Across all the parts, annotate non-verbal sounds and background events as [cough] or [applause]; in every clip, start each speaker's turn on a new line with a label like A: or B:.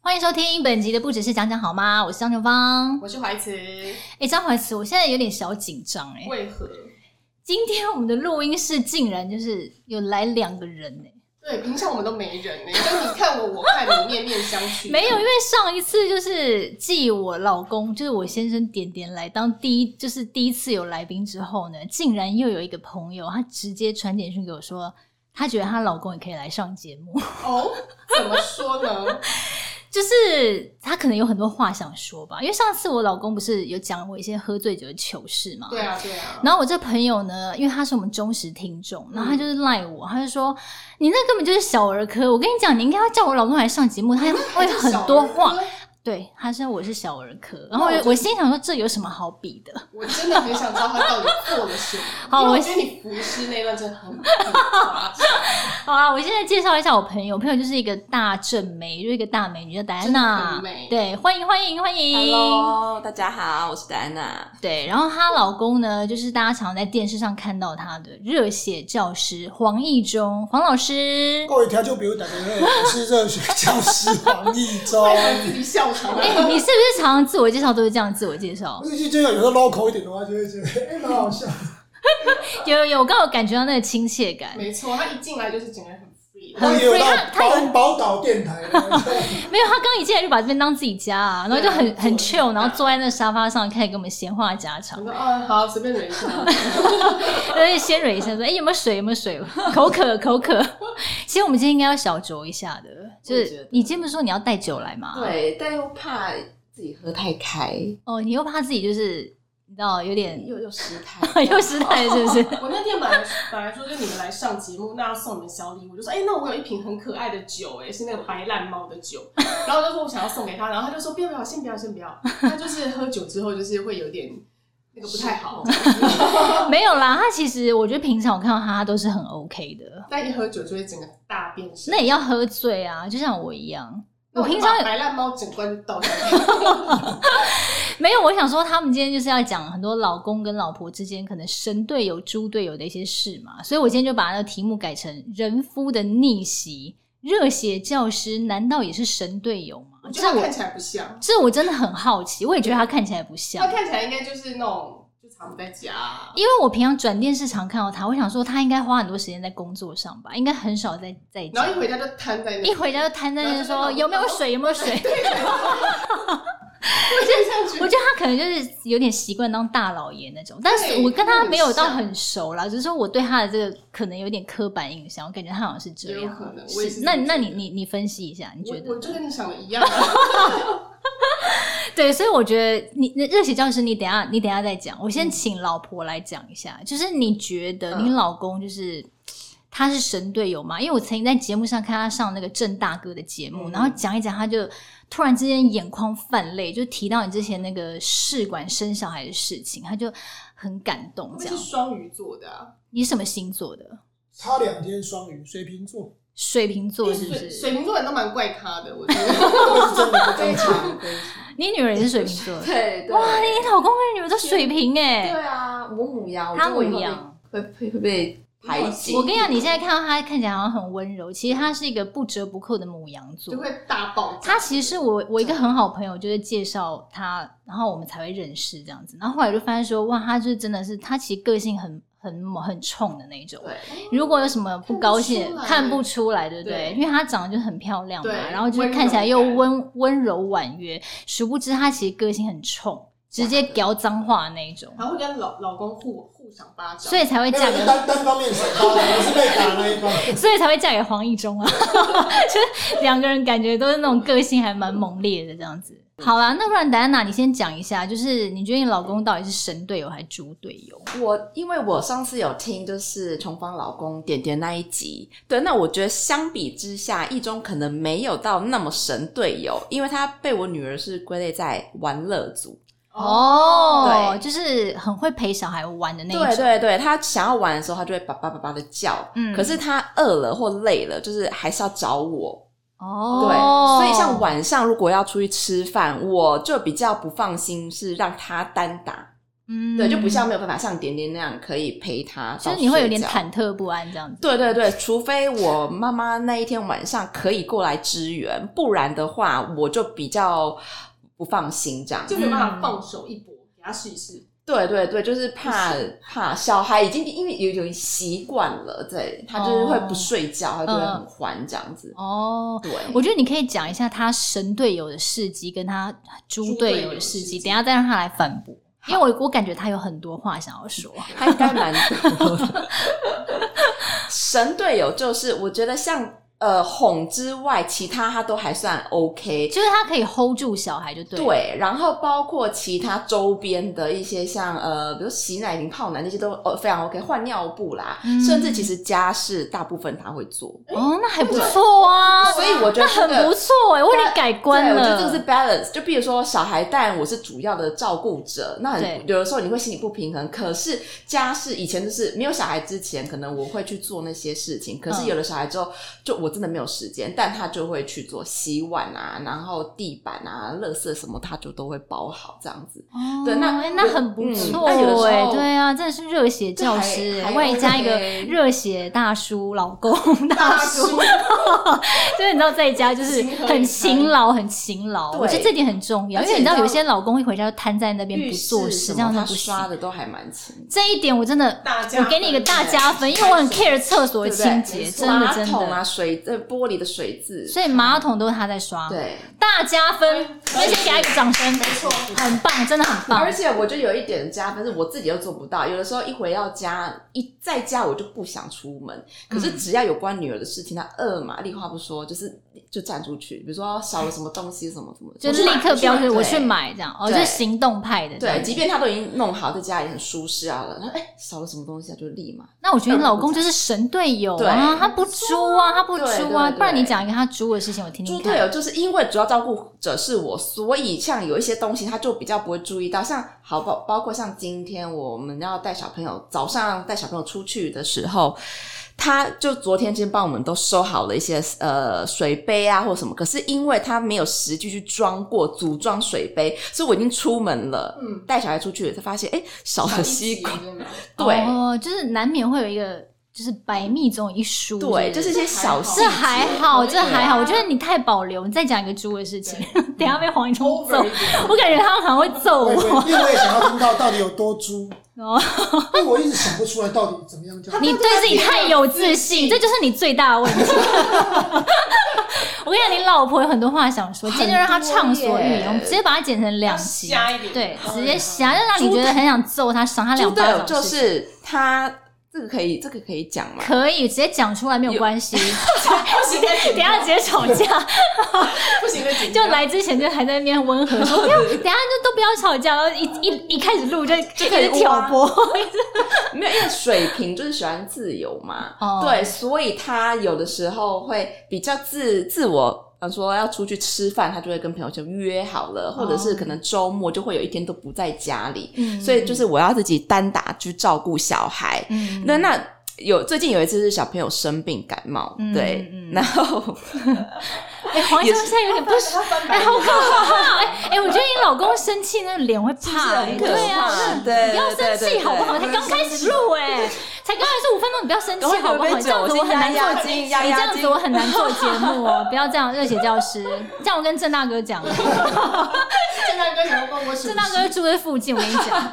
A: 欢迎收听本集的不只是讲讲好吗？我是张琼芳。
B: 我是怀慈，
A: 哎，张怀慈，我现在有点小紧张哎、
B: 为何？
A: 今天我们的录音室竟然就是有来两个人哎、
B: 对，平常我们都没人呢、就你看我，我看你，面面相
A: [laughs]
B: 觑。
A: 没有，因为上一次就是继我老公，就是我先生点点来当第一，就是第一次有来宾之后呢，竟然又有一个朋友，他直接传简讯给我说，她觉得她老公也可以来上节目， [laughs]
B: 哦，怎么说呢？
A: 就是他可能有很多话想说吧，因为上次我老公不是有讲我一些喝醉酒的糗事嘛，
B: 对啊，对啊，
A: 然后我这朋友呢，因为他是我们忠实听
B: 嗯
A: 众，然后他就是赖我，他就说你那根本就是小儿科。我跟你讲，你应该要叫我老公来上节目，
B: 嗯
A: 他 [laughs] 会很多话。。对，他说我是小儿科，然后我
B: 那我
A: 就
B: 就
A: 我心想说这有什么好比的？
B: 我真的很想知道他到底做了什么。
A: [laughs] 好
B: 因为
A: 我
B: 我觉得你服尸那段真的很
A: [laughs]
B: 很夸张，
A: 好啊，我现在介绍一下我朋友，我朋友就是一个大正妹，就是一个大美女叫戴安
B: 真的
A: 娜
B: 很美，
A: 对，欢迎欢迎欢迎
C: Hello，大家好，我是戴安娜。
A: 对，然后她老公呢，就是大家常在电视上看到他的热血教师黄义中黄老师，
D: 各位听众朋友，大家
A: [laughs]
D: 好，我是热血教师黄义中。
B: 为何自己笑场
A: [laughs] 哎、
B: 啊？
A: 你是不是常常自我介绍都是这样自我介绍？
D: 最近就有时候 local 一点的话，就会觉得哎，蛮、好笑。
A: 有有有，我刚好感觉到那个亲切感。
C: 嗯
B: 没错，他一进来就是整个人很 free。
D: 然后也有到
A: 他他
D: 宝宝岛电台，
A: 没有，他刚一进来就把这边当自己家啊，然后就很
B: 对
A: 很
B: 我
A: chill，然后坐在那沙发上开始跟我们闲话家常
B: 我，
C: 嗯
B: 说啊，好，随便忍一下。
A: 而且先蕊一下说，哎、有没有水？有没有水？ [laughs] 口渴，口渴。其实我们今天应该要小酌一下的，就
C: 我也觉
A: 是
C: 得
A: 你今天不是说你要带酒来吗？，
C: 对，但又怕自己喝太开，
A: 哦，你又怕自己就是你知道有点，
C: 又又失态
A: [laughs] 又失态，是不
C: [laughs]
A: 是？
B: [laughs] 我那天本来本来说就你们来上节目，那要送你们小礼物，我就说哎、那我有一瓶很可爱的酒、哎，是那个白烂猫的酒，然后我就说我想要送给他，然后他就说不要不要，先不要先不要，他就是喝酒之后就是会有点那个不太好，
A: 没有啦，他其实我觉得平常我看到他，他都是很 OK 的。
B: [laughs] 但一喝酒就会整个大变身。
A: 那也要喝醉啊，就像我一样。
B: 那
A: 我
B: 就
A: 平常
B: 把白烂猫整罐就倒下
A: [laughs]
B: 去，
A: 没有，我想说他们今天就是要讲很多老公跟老婆之间可能神队友、猪队友的一些事嘛，所以我今天就把那个题目改成“人夫的逆袭”，热血教师难道也是神队友吗
B: 我？觉
A: 这
B: 得他
A: 我
B: 看起来不像，
A: 这我真的很好奇，我也觉得他看起来不像
B: 他，看起来应该就是那种就常不在家，
A: 因为我平常转电视常看到他，我想说他应该花很多时间在工作上吧，应该很少在在
B: 然后
A: 家，
B: 一回家就瘫在那里，
A: 一回家就瘫在那说有没有水，有没有水。
B: 就上
A: 我
B: 去，
A: 觉得他可能就是有点习惯当大老爷那种，但是
B: 对
A: 我跟他没有到
B: 他很像
A: 很熟啦，只是说我对他的这个可能有点刻板印象，我感觉他好像是这
B: 也有
A: 样。
B: 可能我也
A: 是，
B: 是
A: 那
B: 这么
A: 那
B: 觉
A: 你
B: 得
A: 你你分析一下，你觉
B: 我
A: 得
B: 我？就跟你想的一
A: [laughs]
B: 样、啊。
A: 对，所以我觉得你那热血教师，你等一下你等一下再讲，我先请老婆来讲一下，就是你觉得你
C: 嗯
A: 老公就是。他是神队友嘛？因为我曾经在节目上看他上那个郑大哥的节目，
B: 嗯
A: 然后讲一讲，他就突然之间眼眶泛泪，就提到你之前那个试管生小孩的事情，他就很感动。
B: 我
A: 这
B: 是
A: 样，
B: 双鱼座的、啊，
A: 你什么星座的？
D: 差两天双鱼，水瓶座，
A: 水瓶座是不
B: 水
A: 是？
B: 水瓶座人都蛮怪咖的，我
A: [laughs]
B: 觉得。啊
D: 这是真的
C: 非
D: 不正常。
C: 常非常。
A: 你女儿也是水瓶座的。
C: 对对
A: 哇，你老公跟你女儿都水瓶哎、
C: 对啊，我母羊，我
A: 他
C: 觉得我以
A: 母
C: 后
A: 羊
C: 会会会被排挤。
A: 我跟你讲，你现在看到他看起来好像很温柔，其实他是一个不折不扣的母羊座
B: 就。会大爆炸。
A: 他其实是我我一个很好朋友，就是介绍他，然后我们才会认识这样子。然后后来就发现说，哇，他就是真的是他其实个性很很猛很冲的那种。
C: 对，
A: 如果有什么不高兴，看
B: 看
A: 不
B: 不
A: 出来，对不对？
B: 对
A: 因为她长得就很漂亮嘛，
B: 对
A: 然后就是看起来又温温柔婉约，殊不知她其实个性很冲，直接屌脏话那一种，
B: 然后会跟老老公互互赏巴掌，
A: 所以才会
D: 那
A: 嫁
D: 个是
A: 给，
D: 单单方面审判，我是被打那一方。
A: 所以才会嫁给黄义中啊， [laughs] 就是两个人感觉都是那种个性还蛮猛烈的这样子。好啦，那不然戴安娜，你先讲一下，就是你觉得你老公到底是神队友还是猪队友？
C: 我因为我上次有听就是琼芳老公点点那一集，对，那我觉得相比之下，一中可能没有到那么神队友，因为他被我女儿是归类在玩乐组。
A: 哦，
C: 对
A: 就是很会陪小孩玩的那一种。
C: 对对对，他想要玩的时候，他就会叭叭叭叭的叫。
A: 嗯
C: 可是他饿了或累了，就是还是要找我。对，
A: 哦，
C: 所以像晚上如果要出去吃饭，我就比较不放心，是让他单打。
A: 嗯
C: 对，就不像没有办法像点点那样可以陪他到睡
A: 就
C: 觉，
A: 是你会有点忐忑不安这样子。
C: 对对对，除非我妈妈那一天晚上可以过来支援，不然的话我就比较不放心这样。
B: 就没有办
A: 嗯
B: 法放手一搏，给他试一试。
C: 对对对，就是怕怕小孩已经因为有有习惯了，对他就是会不睡觉，他就会很欢这样子。
A: 嗯哦，
C: 对，
A: 我觉得你可以讲一下他神队友的事迹，跟他猪队友的事
B: 猪队友的事
A: 迹，
B: 迹
A: 等一下再让他来反驳，因为我我感觉他有很多话想要说。
C: 他应
A: [laughs]
C: 该蛮多的。神队友就是我觉得像呃哄之外，其他他都还算 OK。
A: 就是他可以 hold 住小孩就对了，
C: 对，然后包括其他周边的一些像呃，比如洗奶瓶、泡奶那些都呃非常 OK，换尿布啦，
A: 嗯
C: 甚至其实家事大部分他会做，
A: 哦，那还不错啊，
C: 所以我觉得
A: 那
C: 这
A: 很
C: 个
A: 不错哎、我已经改观
C: 对，我觉
A: 了。
C: 得这个是 balance。就比如说小孩，但我是主要的照顾者，那
A: 对
C: 很有的时候你会心里不平衡。可是家事以前就是没有小孩之前，可能我会去做那些事情。可
A: 嗯
C: 是有了小孩之后，就我真的没有时间，但他就会去做洗碗啊，然后地板啊、垃圾什么，他就都会包好这样子。
A: 哦
C: 对那
A: 哎那很不错
C: 嗯那有的时候
A: 哎、对啊，真的是热血教师、
C: 这
A: 哎
C: 还还
A: 外加一个
C: OK
A: 热血大叔老公大叔， [laughs] 就是你知道在家就是
B: 勤恳
A: 很
B: 一
A: 勤劳，很勤劳，
C: 对
A: 我觉得这点很重要，
C: 而
A: 因
C: 且
A: 为你知道
C: 你知
A: 有
C: 道
A: 些老公会回家就瘫在那边
C: 浴
A: 不做
C: 室
A: 事，
C: 什
A: 这样
C: 么
A: 就
C: 他
A: 不行。
C: 刷的都还蛮勤。
A: 这一点我真的，
B: 大家
A: 我给你一个大加分，因为我很 care 厕所的
C: 对不
A: 清
C: 对
A: 洁，
C: 没错
A: 真的
C: 马
A: 真
C: 桶
A: 的。
C: 啊、水呃玻璃的水渍，
A: 所以马桶都是他在刷，
C: 对。
A: 大加分，
B: 对
A: 所以先给他一个掌声，没
B: 错
A: 很棒，真的很棒
C: 而。且我就有一点加分，是我自己又做不到。有的时候一回到家，一在家我就不想出门。可
A: 嗯
C: 是只要有关女儿的事情，她二嘛，立话不说，就是就站出去。比如说少了什么东西，什么什么，
A: 就
C: 我去
A: 立
C: 买
A: 刻标示
C: 对
A: 我去买这样，哦，就
C: 对
A: 是行动派的这样。
C: 对，即便她都已经弄好，在家里很舒适啊了，她哎、少了什么东西啊，就立马。
A: 那我觉得你老公就是神队友啊，
C: 对
A: 他不猪啊，他不
C: 对
A: 猪啊，
C: 对对
A: 不然你讲一个他猪的事情，我听听
C: 猪
A: 看。
C: 队友就是因为主要照顾者是我，所以像有一些东西他就比较不会注意到，像好包包括像今天我们要带小朋友早上带小朋友出去的时候，他就昨天先帮我们都收好了一些呃水杯啊或什么，可是因为他没有实际去装过组装水杯，所以我已经出门了，
B: 嗯
C: 带小孩出去才发现哎少了吸管，对、
A: 哦，就是难免会有一个，就是百密总有一疏。
C: 对，
A: 就
C: 就是一些小细
A: 这
C: 节
A: 还好，这还好，
B: 对啊
A: 我觉得你太保留。你再讲一个猪的事情， [laughs] 等一下被黄一中揍 [laughs]
B: over，一点
A: 我感觉他好像会揍
D: 我以为
A: [laughs] 我。
D: 因为我也想要听到到底有多猪，
A: 哦，
D: 因为我一直想不出来到底怎么样
A: [laughs]
D: 叫。
A: 你对自己太有自信，这就是你最大的问 [laughs] 题。我跟你讲，你老婆有很多话想说，今天就让她畅所欲言，我们直接把它剪成两集，
B: 要瞎一点
A: 对，直接瞎，就让你觉得很想揍她，赏她
C: 猪
A: 两
C: 队
A: 巴
C: 友
A: 掌。
C: 就是他这个可以这个可以讲吗？
A: 可以直接讲出来，没有关 [laughs] 系。
B: 不行再
A: 等 [laughs]
B: 剪
A: 一下直接吵架，
B: 不行再剪
A: 就
B: 掉，
A: 来之前就还在那边温和 [laughs] 说，不要，等一下就都不要吵架，然后一一一开始录就就
C: 可以哭
A: 挑
C: 啊
A: 拨。
C: 没有，因为水瓶就是喜欢自由嘛，
A: [laughs] 哦
C: 对，所以他有的时候会比较自自我，呃，说要出去吃饭，他就会跟朋友就约好了，或者是可能周末就会有一天都不在家里，
A: 嗯
C: 所以就是我要自己单打去照顾小孩。
A: 嗯
C: 那那有最近有一次是小朋友生病感冒，
A: 嗯
C: 对，
A: 嗯
C: 然后
A: 哎，黄医生
C: 也是
A: 现在有点不
B: 他翻白
A: 哎，
B: 眼
A: 好可怕！哎、哎，我觉得你老公生气那个脸会怕、哎
C: 是不是很可怕
A: 对啊，
C: [laughs] 对
A: 不要生
C: 对对
A: 气
C: 对
A: 好不好？才刚开始录哎、才刚开始五分钟，你不要生气好不好？这样子我很难做，
C: 金，
A: 你这样子我很难做节目哦、不要这样，热血教师，这样我跟郑大哥讲，
B: 郑大哥想要问我什
A: 郑
B: 么
A: 大
B: 事？
A: 哥住在附近，我跟你讲。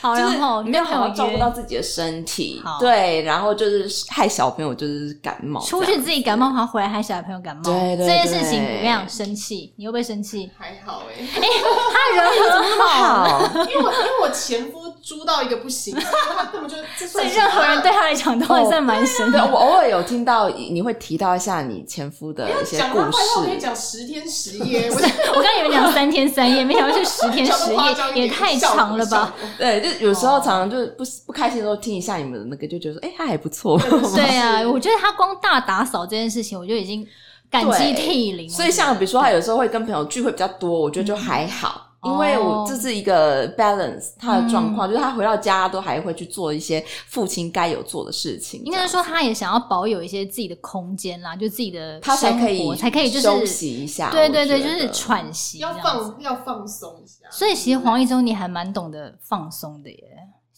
A: 好，
C: 就是
A: 然后
C: 哦没有好好照
A: 朋友
C: 顾
A: 约
C: 到自己的身体
A: 好，
C: 对，然后就是害小朋友就是感冒，
A: 出
C: 这
A: 去
C: 样啊
A: 自己感冒，还回来害小朋友感冒，
C: 对对
A: 这件事情
C: 对
A: 我跟你讲，生气，你会不会生气？
B: 还好哎、
A: 他人很好，
C: 好，
B: 因为我因为我前夫猪到一个不行，所以他根本就这
A: 所
B: 算
A: 以
B: 什么
A: 任何人对他来讲都还算蛮神
C: [laughs] 对
A: 的。
C: 我偶尔有听到你会提到一下你前夫的一些
B: 讲
C: 故
B: 他坏话可以
C: 事，
B: 讲十天十夜，我就
A: 我刚以为讲三天三夜，没想到是十天
B: 讲
A: 十
B: 得夸张一
A: 夜，也
B: 点
A: 太长了吧？？
C: 对，就有时候常常就是不不开心的时候听一下你们的那个，就觉得说，哎，他还不错。 [laughs]
A: 对啊，
B: 是
A: 我觉得他光大打扫这件事情，我就已经感激涕零了。
C: 嗯所以像比如说，他有时候会跟朋友聚会比较多，我觉得就还好。因为我
A: 哦
C: 这是一个 balance 他的状况，就是他回到家都还会去做一些父亲该有做的事情，
A: 应该是说他也想要保有一些自己的空间啦，就自己的
C: 他才
A: 生
C: 可以
A: 活才可以就是
C: 休息一下，
A: 对对对，
C: 我
A: 就
C: 觉得
A: 是喘息这
B: 要
A: 样子，
B: 放啊要放松一下。
A: 所以其实黄一中你还蛮懂得放松的耶。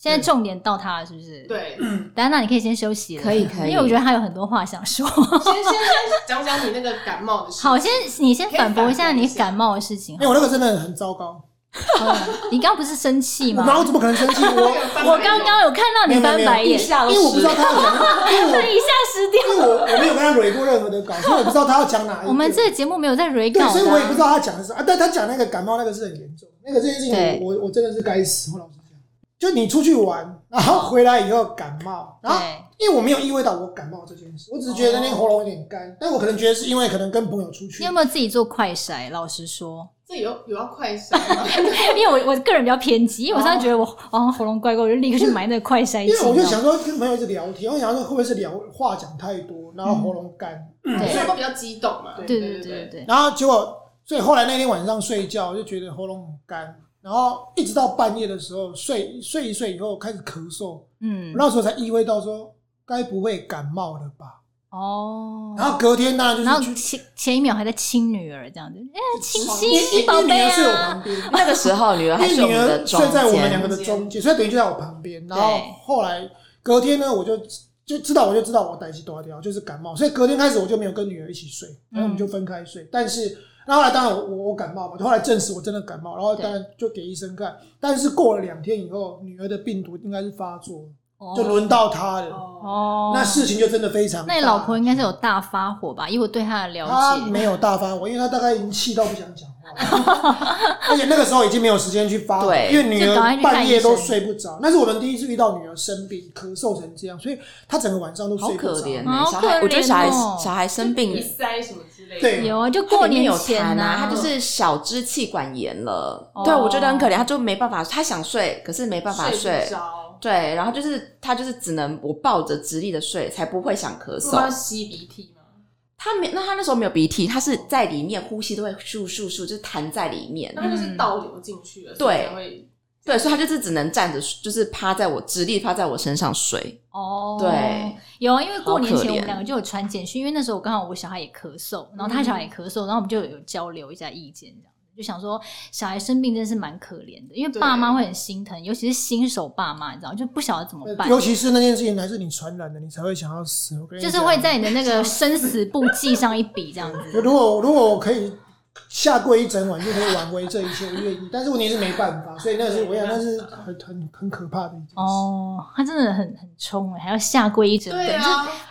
A: 现在重点到他了，是不是？。
B: 对，
A: 丹娜，你可以先休息了，
C: 可以可以
A: 因为我觉得他有很多话想说。
B: 先先先讲讲你那个感冒的事。
A: 好，先你先
B: 可以
A: 反驳一
B: 反
A: 下
B: 驳一
A: 你
B: 下
A: 感冒的事情
D: 因为。我那个真的很糟糕，
A: 嗯你刚刚不是生气
D: 我然
A: 吗？
D: 后怎么可能生气？
B: 我
A: [laughs]
D: 我
B: 有翻白眼
A: 我刚刚有看到你翻白
C: 一
A: 眼，
C: 下都
D: 因为我不知道他要讲，因为我
A: 对，一下失掉。
D: 因为我 [laughs] 我没有跟他蕊过任何的稿，所以我不知道他要讲哪一个。
A: 我们这个节目没有在 re
D: 对，
A: 稿
D: 所以
A: 的
D: 我也不知
A: 啊，
D: 道他讲的是啊，但他讲那个感冒那个是很严重，那个这件事
A: 对
D: 情我我我真的是该死，我老实讲，就你出去玩，然后回来以后感冒，然后
A: 对，
D: 因为我没有意会到我感冒这件事，我只是觉得那天喉咙有点
A: 哦
D: 干，但我可能觉得是因为可能跟朋友出去
A: 你有，没有自己做快筛？老实说，
B: 这有有要快闪吗？
A: 因为我我个人比较偏激，因为我上次觉得我哦喉咙怪怪，我就立刻去买那个快筛
D: 因为我就
A: 剂。
D: 想说跟朋友一直聊天，我想说会不会是聊话讲太多，然后喉咙干，
B: 所
A: 嗯对
B: 以都比较激动嘛。
A: 对
B: 对
A: 对对对，
D: 然后结果所以后来那天晚上睡觉就觉得喉咙很干，然后一直到半夜的时候睡睡一睡以后开始咳嗽，
A: 嗯
D: 我，那时候才意会到说该不会感冒了吧。
A: 哦，
D: 然后隔天当
A: 然
D: 然就
A: 后
D: 是去
A: 前前一秒还在亲女儿这样子，哎，亲
D: 因为
A: 亲
D: 因
A: 宝
D: 为女
A: 贝
D: 儿睡我旁
A: 啊，
D: 边，
C: [laughs] 那个时候女儿还
D: 因
C: 是
D: 为
C: 我
D: 女
C: 们的
D: 儿
C: 中
D: 睡在我们两
C: 间，
D: 个的中间，所以等于就在我旁边。然后
A: 对
D: 后来隔天呢，我就就知道我就知道我代际多掉，就是感冒，所以隔天开始我就没有跟女儿一起睡，
A: 嗯
D: 然后我们就分开睡。但是那后来当然我我我感冒嘛，就后来证实我真的感冒，然后当然就给医生看。但是过了两天以后，女儿的病毒应该是发作，就轮到她了。
B: 哦，
A: 哦，
D: 那事情就真的非常大。
A: 那你老婆应该是有大发火吧？以我对她的
D: 他
A: 了解，
D: 啊没有大发火，因为他大概已经气到不想讲话， [laughs] 而且那个时候已经没有时间去发火，
C: 对
D: 因为女
A: 就赶快
D: 儿
A: 去看
D: 半夜都睡不着。那是我们第一次遇到女儿生病咳嗽成这样，所以她整个晚上都
C: 好
D: 睡不
C: 可
D: 着。
C: 怜、
A: 嗯好
C: 欸，小孩，
A: 可
C: 我觉得小孩
A: 怜哦
C: 小孩生病
B: 鼻塞什么之类的。
D: 对
A: 有啊，就过
C: 里面
A: 年
C: 有痰
A: 前
C: 啊，
A: 呐，
C: 他就是小支气管炎了。
A: 哦
C: 对，我觉得很可怜，他就没办法，他想睡，可是没办法
B: 睡
C: 睡
B: 不。着，
C: 对，然后就是他就是只能我抱着直立的睡，才不会想咳
B: 那么
C: 嗽。
B: 吸鼻涕吗？
C: 他没，那他那时候没有鼻涕，他是在里面呼吸都会咻咻咻，就是痰在里面
B: 那。它就是倒流进去了，所以才会
C: 对，所以他就是只能站着，就是趴在我直立趴在我身上睡。
A: 哦，
C: 对，
A: 有啊，因为过年
C: 好可
A: 前
C: 怜
A: 我们两个就有传简讯，因为那时候我刚好我小孩也咳嗽，然后他小孩也
C: 嗯
A: 咳嗽，然后我们就有交流一下意见，这样子就想说小孩生病真是蛮可怜的，因为
B: 对
A: 爸妈会很心疼，尤其是新手爸妈，你知道就不晓得怎么办。
D: 尤其是那件事情还是你传染的，你才会想要死。我跟你
A: 就
D: 讲
A: 是会。在你的那个生死簿记上一笔这样
D: 就
A: 子，
D: 如果如果我可以下跪一整晚就可以挽回这一切，我愿意。但是问题是没办法，所以那是我想那是很很很可怕的一件事。
A: 哦，他真的很很冲哎，还要下跪一整个，
B: 对啊，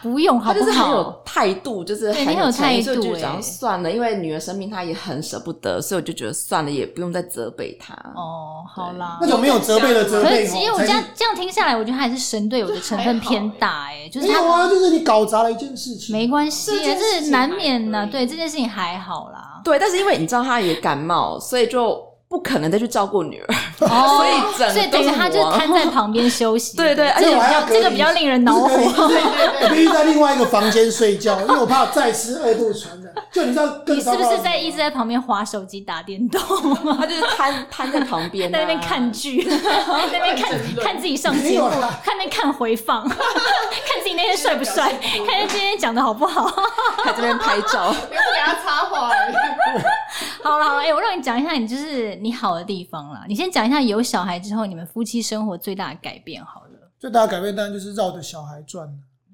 A: 这不用好
C: 他
A: 不
C: 就是很
A: 好？
C: 有态度，就是
A: 对
C: 很
A: 你很有
C: 诚意
A: 态
C: 所以我就
A: 度
C: 想
A: 欸
C: 要算了，因为女儿生病，他也很舍不得，所以我就觉得算了，也不用再责备他。
A: 哦，好啦
D: 那。种没有责备的责
A: 可
D: 备
A: 是，
D: 哦，
A: 其实我
D: 才
A: 这
D: 是
A: 样这样听下来，我觉得还是神队友的成分偏大哎、就是
D: 没有
A: 他
D: 啊，就是你搞砸了一件事情。
A: 没关系、
B: 这件事
A: 这
B: 情
A: 是难免的。
B: 还可以
A: 对，这件事情还好
D: [laughs]
A: 啦。
C: 对，但是因为你知道他也感冒，所以就不可能再去照顾女儿，
A: 哦
C: 所以整个啊
A: 所以等于
C: 都是
A: 他就
C: 我
A: 瘫在旁边休
D: [laughs]
A: 息。
C: 对对，而
A: 这
C: 且
A: 个
D: 我
A: 比
D: 还要
A: 较
D: 隔
A: 这个
D: 离
A: 比较令人恼
D: [laughs] 不是隔
A: 火。
D: 离我必须在另外一个房间睡觉，因为我怕再次二度传染。就你知道更
A: 你是
D: 糟糕
A: 不
D: 的吗
A: 是在一直在旁边划手机打电动，
C: 他就是瘫瘫在旁边、啊，
A: [laughs] 在那边看
D: [laughs]
A: 剧，在那边看看自己上
D: 没
A: 节
D: 有
A: 目，
D: 啦
A: 看那边看回放， [laughs] 看自己那天帅不帅，看他今天讲的好不好。
C: 还这边拍照。
B: 不要给他插话而已。
A: 好了好了，哎、我让你讲一下你就是你好的地方啦。你先讲一下有小孩之后你们夫妻生活最大的改变好了。
D: 最大的改变当然就是绕着小孩转，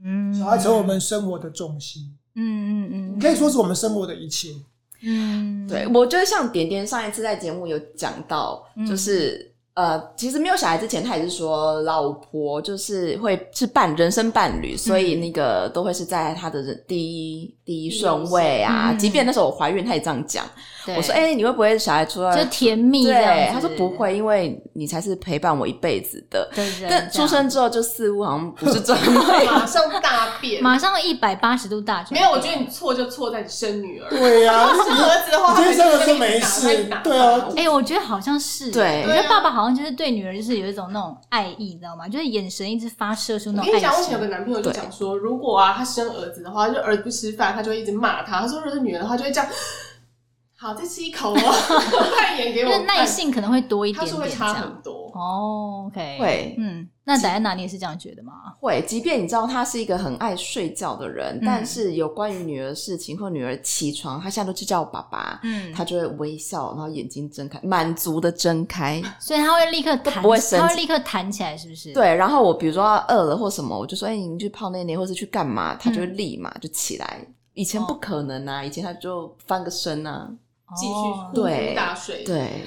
A: 嗯，
D: 小孩成为我们生活的重心，
A: 嗯嗯嗯
D: 可以说是我们生活的一切。
A: 嗯，
C: 对，我觉得像点点上一次在节目有讲到，
A: 嗯
C: 就是、呃，其实没有小孩之前，他也是说老婆就是会是伴人生伴侣，所
A: 嗯
C: 以那个都会是在他的人第一第一顺位啊。
A: 嗯
C: 即便那时候我怀孕，他也这样讲。
A: 对
C: 我说：“哎、你会不会小孩出来？”
A: 就甜蜜这样
C: 对
A: 子，
C: 他说不，会，因为你才是陪伴我一辈子的。
A: 对对，
C: 但
A: 这样
C: 出生之后就似乎好像不是
A: [laughs]
C: 这样。
B: 马上大变。
A: 马上一百八十度大转
B: 没
A: 变，
B: 有，我觉得你错就错在你生女儿。
D: 对呀、
B: 生儿子的话，
D: 你今天生
B: 他
D: 了
B: 们
D: 就
B: 就
D: 没
B: 跟
D: 事
B: 你打，
D: 对啊，。
A: 哎、我觉得好像是，
C: 对
A: 我觉
B: 对
A: 得
B: 啊
A: 爸爸好像就是对女儿就是有一种那种爱意，你知道吗？就是眼神一直发射出
B: 我
A: 那
B: 跟你
A: 种
B: 讲，
A: 爱
B: 我以前有个
A: 心。
B: 男朋友就讲说，如果啊他生儿子的话，就儿子不吃饭，他就会一直骂他。他说如果是女儿的话，就会这样。 [laughs] 好，再吃一口哦，快点给
A: 因
B: 我
A: 为
B: 看。
A: 耐性可能会多一点
B: 它是
A: 点
B: 会
A: 这
B: 差
A: 样。
B: 很多。
A: 哦，OK，
C: 会
A: 嗯，那戴安娜你也是这样觉得吗？
C: 会，即便你知道他是一个很爱睡觉的人，
A: 嗯
C: 但是有关于女儿的事情或女儿起床，他现在都去叫爸爸，
A: 嗯，
C: 他就会微笑，然后眼睛睁开，满足的睁开。
A: 所以他会立刻弹，
C: 不会生气
A: 他会立刻弹起来，是不是？，
C: 对，然后我比如说饿了或什么，我就说：“哎、你去泡内内，或是去干嘛？”他就
A: 嗯
C: 会立马就起来。以前不可能啊，以前他就翻个身啊。
B: 继续
A: 哦
B: 呼、
C: 对
B: 呼大
D: 哦
B: 睡，
C: 对，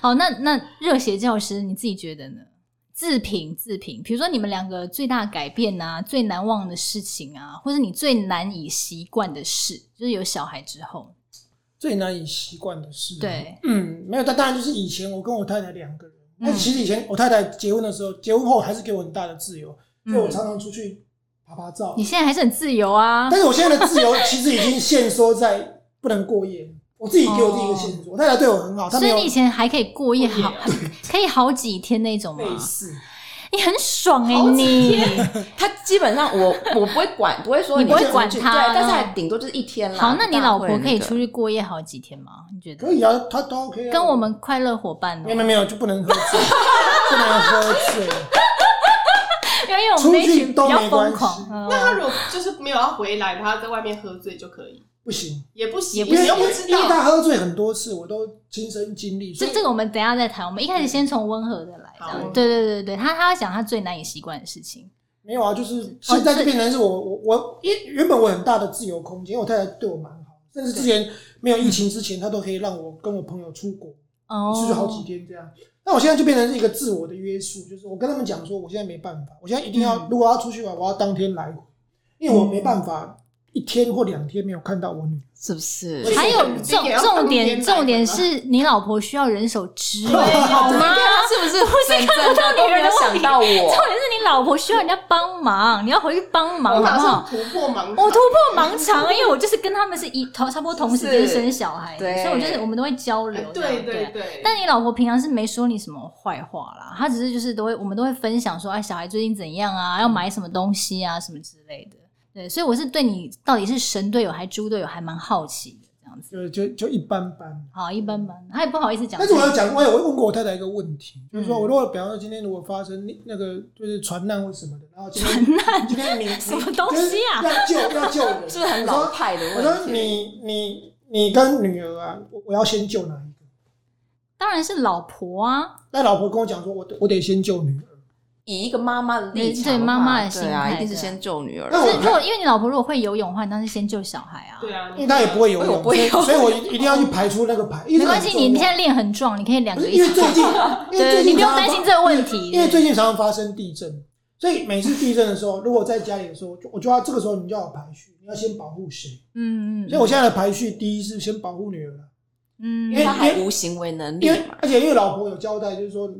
A: 好，哦那那热血教师你自己觉得呢？自评自评，比如说你们两个最大改变啊，最难忘的事情啊，或者你最难以习惯的事，就是有小孩之后，
D: 最难以习惯的事。
A: 对，
D: 嗯，没有，但当然就是以前我跟我太太两个人，那、
A: 嗯
D: 其实以前我太太结婚的时候，结婚后还是给我很大的自由，所以我
A: 嗯
D: 常常出去爬爬照啊
A: 你。现在还是很自由啊
D: [laughs] 但。是我现在的自由其实已经限缩在不能
A: [laughs]
D: 过夜，我自己给我自己一个限制。我太太对我很好，她
A: 哦所
D: 没
A: 以
D: 有
A: 你以前还可以过夜
B: 过夜
A: 好 [laughs]
B: 啊，
A: 可以好几天那种吗？
D: 类似，
A: 你很爽哎、
B: 好几
A: 你
C: 他基本上我我不会管，不会说
A: 你不会
C: 就出
A: 管
C: 去
A: 他
C: 对，但是还顶多就是一天啦。
A: 好，那你
C: 当然
A: 老
C: 会
A: 婆可以
C: 那个
A: 出去过夜好几天吗？你觉得
D: 可以啊，她都 OK 啊。
A: 跟我们快乐伙伴哦、
D: 没有没有没有就不能喝
A: [laughs]
D: 醉，不能喝醉，
A: 因为我们
D: 出
A: 那一群
D: 去
A: 比
D: 都
A: 较
D: 没
A: 疯
D: 关系，
A: 狂，嗯
B: 那他如果就是没有要回来，他在外面喝醉就可以，
A: [laughs]
D: 不行。
B: 也不行，
A: 也不
D: 因
B: 你
D: 为
B: 又不
D: 因
B: 知
D: 为
B: 道。
D: 他喝醉很多次，我都亲身经历，所
A: 这
D: 以
A: 这个我们等一下再谈。我们一开始先从温和的来，这
B: 好
A: 样。对对对对，他他要讲他最难以习惯的事情。
D: 没有啊，就是现
A: 哦
D: 在就变成是我我我，因为原本我很大的自由空间，因为我太太对我蛮好，甚至之前没有疫情之前，她都可以让我跟我朋友出国，
A: 哦
D: 一次就好几天这样。那我现在就变成是一个自我的约束，就是我跟他们讲说，我现在没办法，我现在一定要，
A: 嗯
D: 如果要出去玩，我要当天来回，因为我没办法一天或两天没有看到我女儿。
C: 是不是？
B: 所以
A: 还有
B: 你
A: 重
B: 也要
A: 重
B: 当
A: 点，
B: 天
A: 重点
B: 来的吗
A: 是你老婆需要人手支援，
B: [laughs] 对
A: 好吗？
C: 他是不是整整
A: 到
C: 的都
A: 女
C: 没
A: 人
C: 有
A: 的问
C: 想
A: 题
C: 到我？
A: 重点是你老婆需要人家帮忙，你要回去帮忙，好
B: 我马
A: 不
B: 上
A: 好？
B: 突破盲，
D: 哦
A: 我突破盲
B: [laughs]
A: 肠，因为我就是跟他们是一同差不多同时间
C: 是
A: 生小孩的，
C: 对
A: 所以我就是我们都会交
B: 哎
A: 流这样。啊
B: 对对对，
A: 但你老婆平常是没说你什么坏话啦，她只是就是都会我们都会分享说，哎，小孩最近怎样啊，要买什么东西啊，什么之类的。对，所以我是对你到底是神队友还是猪队友还蛮好奇的，这样子。
D: 就就就一般般。
A: 好，一般般，她也不好意嗯思讲。
D: 但是我有讲过，我有问过我太太一个问题，就是说
A: 嗯
D: 我如果比方说今天如果发生那那个就是船难或什么的，然后今天船难今
A: [laughs]
D: 天你
A: 什么东西啊
D: 就是要救要救人，
A: [laughs]
C: 是不是很老派的
D: 我说？我
C: 问
D: 说
C: 题？
D: 你你你跟女儿啊，我我要先救哪一个？
A: 当然是老婆啊，
D: 那老婆跟我讲说，我得我得先救女儿。
C: 以一个妈妈的
A: 对
C: 立场
A: 对
C: 话，
A: 妈妈的心
C: 对啊，
A: 态
C: 一定是
A: 对
C: 先救女儿。
D: 那
A: 所
D: 我
A: 以如果因为你老婆如果会游泳的话，你当然是先救小孩啊。
B: 对啊，
D: 因为她也不会游
C: 哎
D: 泳，
C: 我不会游泳
D: 所以所以我一一定要去排除那个排。
A: 没关系，你
D: 因
A: 你
D: 为这
A: 现在
D: 很
A: 练很壮，你可以两
D: 重要
A: 个
D: 不是
A: 一
D: 因为
A: 起做。
D: 最近，因为最
A: 对，你
D: 近
A: 不用
D: 常常
A: 担
D: 发
A: 心这个问题。
D: 因为最近常常发生地震，所以每次地震的时候， [laughs] 如果在家里的时候，就我就要这个时候你就要有排序，你要先保护谁？
A: 嗯嗯，
D: 所以我现在的排序，第一是先保护女儿，
A: 嗯
D: 因
C: 因为
D: 为
C: 她还无行为能力
D: 因为
C: 嘛。
D: 而且因为老婆有交代，就是说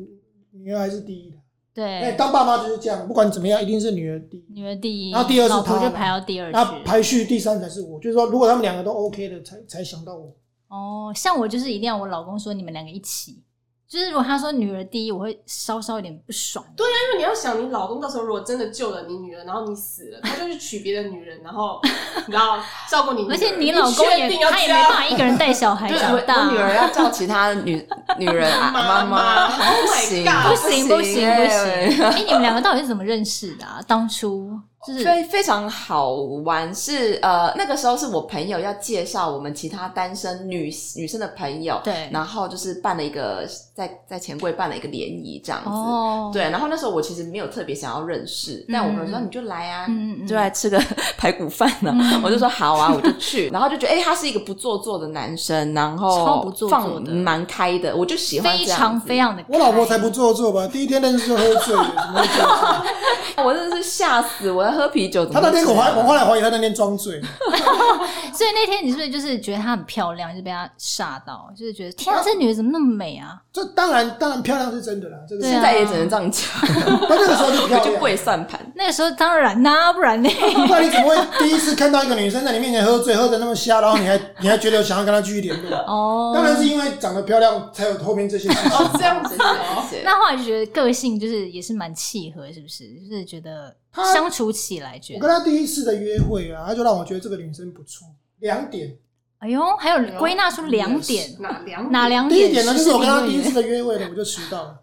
D: 女儿还是第一的。哎，
A: 对，
D: 当爸妈就是这样，不管怎么样，一定是女儿第一，
A: 女儿第一，
D: 然后第二是
A: 老婆
D: 她
A: 就
D: 嘛
A: 排到第二去。
D: 然后排序第三才是我。就是说，如果他们两个都 OK 的，才才想到我。
A: 哦，像我就是一定要我老公说你们两个一起，就是如果他说女儿第一，我会稍稍有点不爽。对，
B: 因为你要想，你老公到时候如果真的救了你女人，然后你死了，他就去娶别的女人，然
A: [laughs]
B: 后你知道照顾你女儿，
A: 而且你老公
B: 你确
A: 也
B: 定要
A: 他也
B: 这
A: 没
B: 样
A: 办法一个人带
C: [laughs]
A: 小孩
C: 就是
A: 长
C: 我
A: 大，
C: 我女儿要叫其他女女人啊
B: 妈
C: 妈
B: 妈
C: [laughs] 妈，
B: Oh my
C: 不行
B: God
A: 不行不行不
C: 哎
A: 行。哎，你们两个到底是怎么认识的啊？当初就是
C: 非非常好玩，是呃那个时候是我朋友要介绍我们其他单身女女生的朋友，
A: 对
C: 然后就是办了一个在在钱柜办了一个联谊这样子，
A: 哦，
C: 对，然后那时候我其实没有特别想要认识，但我朋友说你就来啊，
A: 嗯嗯嗯
C: 就来吃个 [laughs] 排骨饭呢、
A: 嗯
C: 我就说好啊，我就去，
A: [laughs]
C: 然后就觉得哎、他是一个不做作的男生，然后
A: 超不做作的
C: 放蛮开的，我就喜欢
A: 非
C: 这样
A: 常
C: 子
A: 非常的。
D: 我老婆才不做作吧？第一天认识就喝醉了，怎么会这样？
C: 我真的是吓死，我要喝啤酒，怎
D: 她
C: 么
D: 那天我
C: 会这
D: 怀
C: 样
D: 我后来怀疑她那天装醉。
A: 所以那天你是不是就是觉得她很漂亮，就被她吓到，就是觉得天啊，这女的怎么那么美啊？
D: 这当然当然漂亮是真的啦，这个是
A: 对
C: 现
A: 啊
C: 在也只能这样讲，
D: [laughs] 她那个时候就
C: 我
D: 漂
C: 就
D: 亮。
C: 跪算盘。
A: 那个时候当然啦、不然呢？
D: 不然你怎么会第一次看到一个女生在你面前喝醉，喝的那么瞎，然后你还你还觉得想要跟她继续联络？
A: 哦，
D: 当然是因为长得漂亮才有后面这些事情。
B: 哦这样子
D: [laughs]
B: 哦，
C: 谢谢
A: 那后来就觉得个性就是也是蛮契合，是不是？就是觉得
D: 他
A: 相处起来觉
D: 我
A: 得
D: 跟她第一次的约会啊，她就让我觉得这个女生不错。两点，
A: 哎呦，还有归纳出两点，
B: 哪两
A: 哪两
D: 第
A: 点？
D: 一点呢，就是我跟他第一次
A: 你
D: 的约会呢，我就迟到了。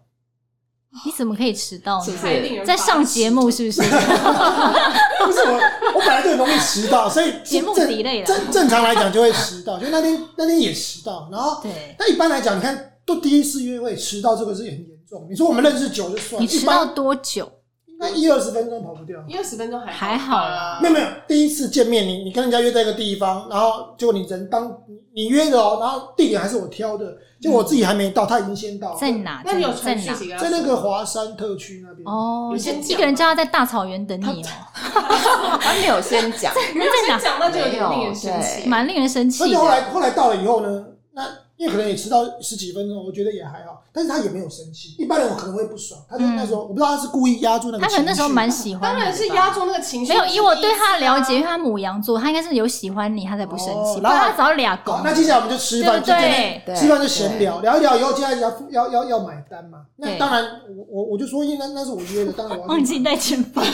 A: 你怎么可以迟到
C: 是
A: 呢
C: 不？
B: 太令人
A: 在上节目是不是？
D: 不是我，我本来就很容易迟到，所以
A: 节目
D: 正
A: delay 了，
D: 正正常来讲就会迟到，就那天那天也迟到，然后
A: [laughs] 对，
D: 那一般来讲，你看都第一次约会迟到这个是很严重。你说我们认识久就算，
A: 你
D: 一
A: 迟到嗯
D: 般
A: 多久？
D: 那一二十分钟跑不掉。
B: 因为十分钟还
A: 还好啦
B: 啦
D: 没有没有，第一次见面，你你跟人家约在一个地方，然后结果你人当你你约的哦、然后地点还是我挑的，结果我自己还没到，他已经先到了，
A: 在哪？
B: 那你有
A: 在
B: 传讯
A: 哪？
B: 息给他
D: 在那个华山特区那边。
A: 哦，
B: 有
A: 就
B: 先
A: 一
B: 讲
A: 个人
B: 吗
A: 叫他在大草原等你哦，
C: 他没有先讲，
B: 没有
A: 在哪
B: 先讲，那就有
C: 没
B: 点
C: 有
B: 令人生
C: 对
B: 气。
A: 蛮令人生
D: 而
A: 气
D: 且后
A: 的。
D: 来后来到了以后呢，那因为可能也迟到十几分钟，我觉得也还好，但是他也没有生气。一般人我可能会不爽，他就那时候、我不知道他是故意压住那个
A: 嗯他
D: 情绪，
A: 可能那时候蛮喜欢
B: 当
A: 你的吧，
B: 然是压住那个情绪。
A: 没有，以我对他的了解，因
B: 是
A: 为他母羊座，他应该是有喜欢你，他才不生气，
D: 哦
A: 不然他早就俩狗
D: 好。。那接下来我们就吃饭，
A: 对不对
D: 就见面
C: 对
D: 吃饭就闲聊，聊一聊以后，接下来要付要要要买单嘛。那
A: 对
D: 当然，我我我就说，因为那那是我约的，当然我要
A: 忘
D: 去
A: 记带钱包，
D: 买，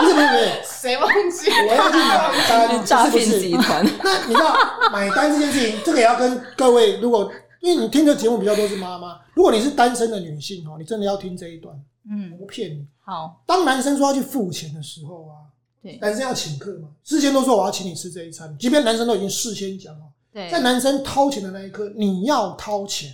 D: 不是不是不是，
B: 啊谁忘记？
D: 我要去买
C: [laughs]
D: 单，
C: 诈骗
D: 是不是
C: 集团。
A: 嗯
D: 那你知道买单这件事情，这个也要跟各位，如果因为你听的节目比较多是妈妈，如果你是单身的女性哦，你真的要听这一段，我
A: 嗯，
D: 不骗你。
A: 好，
D: 当男生说要去付钱的时候啊，
A: 对
D: 男生要请客嘛，事先都说我要请你吃这一餐，即便男生都已经事先讲好，
A: 对。
D: 在男生掏钱的那一刻，你要掏钱，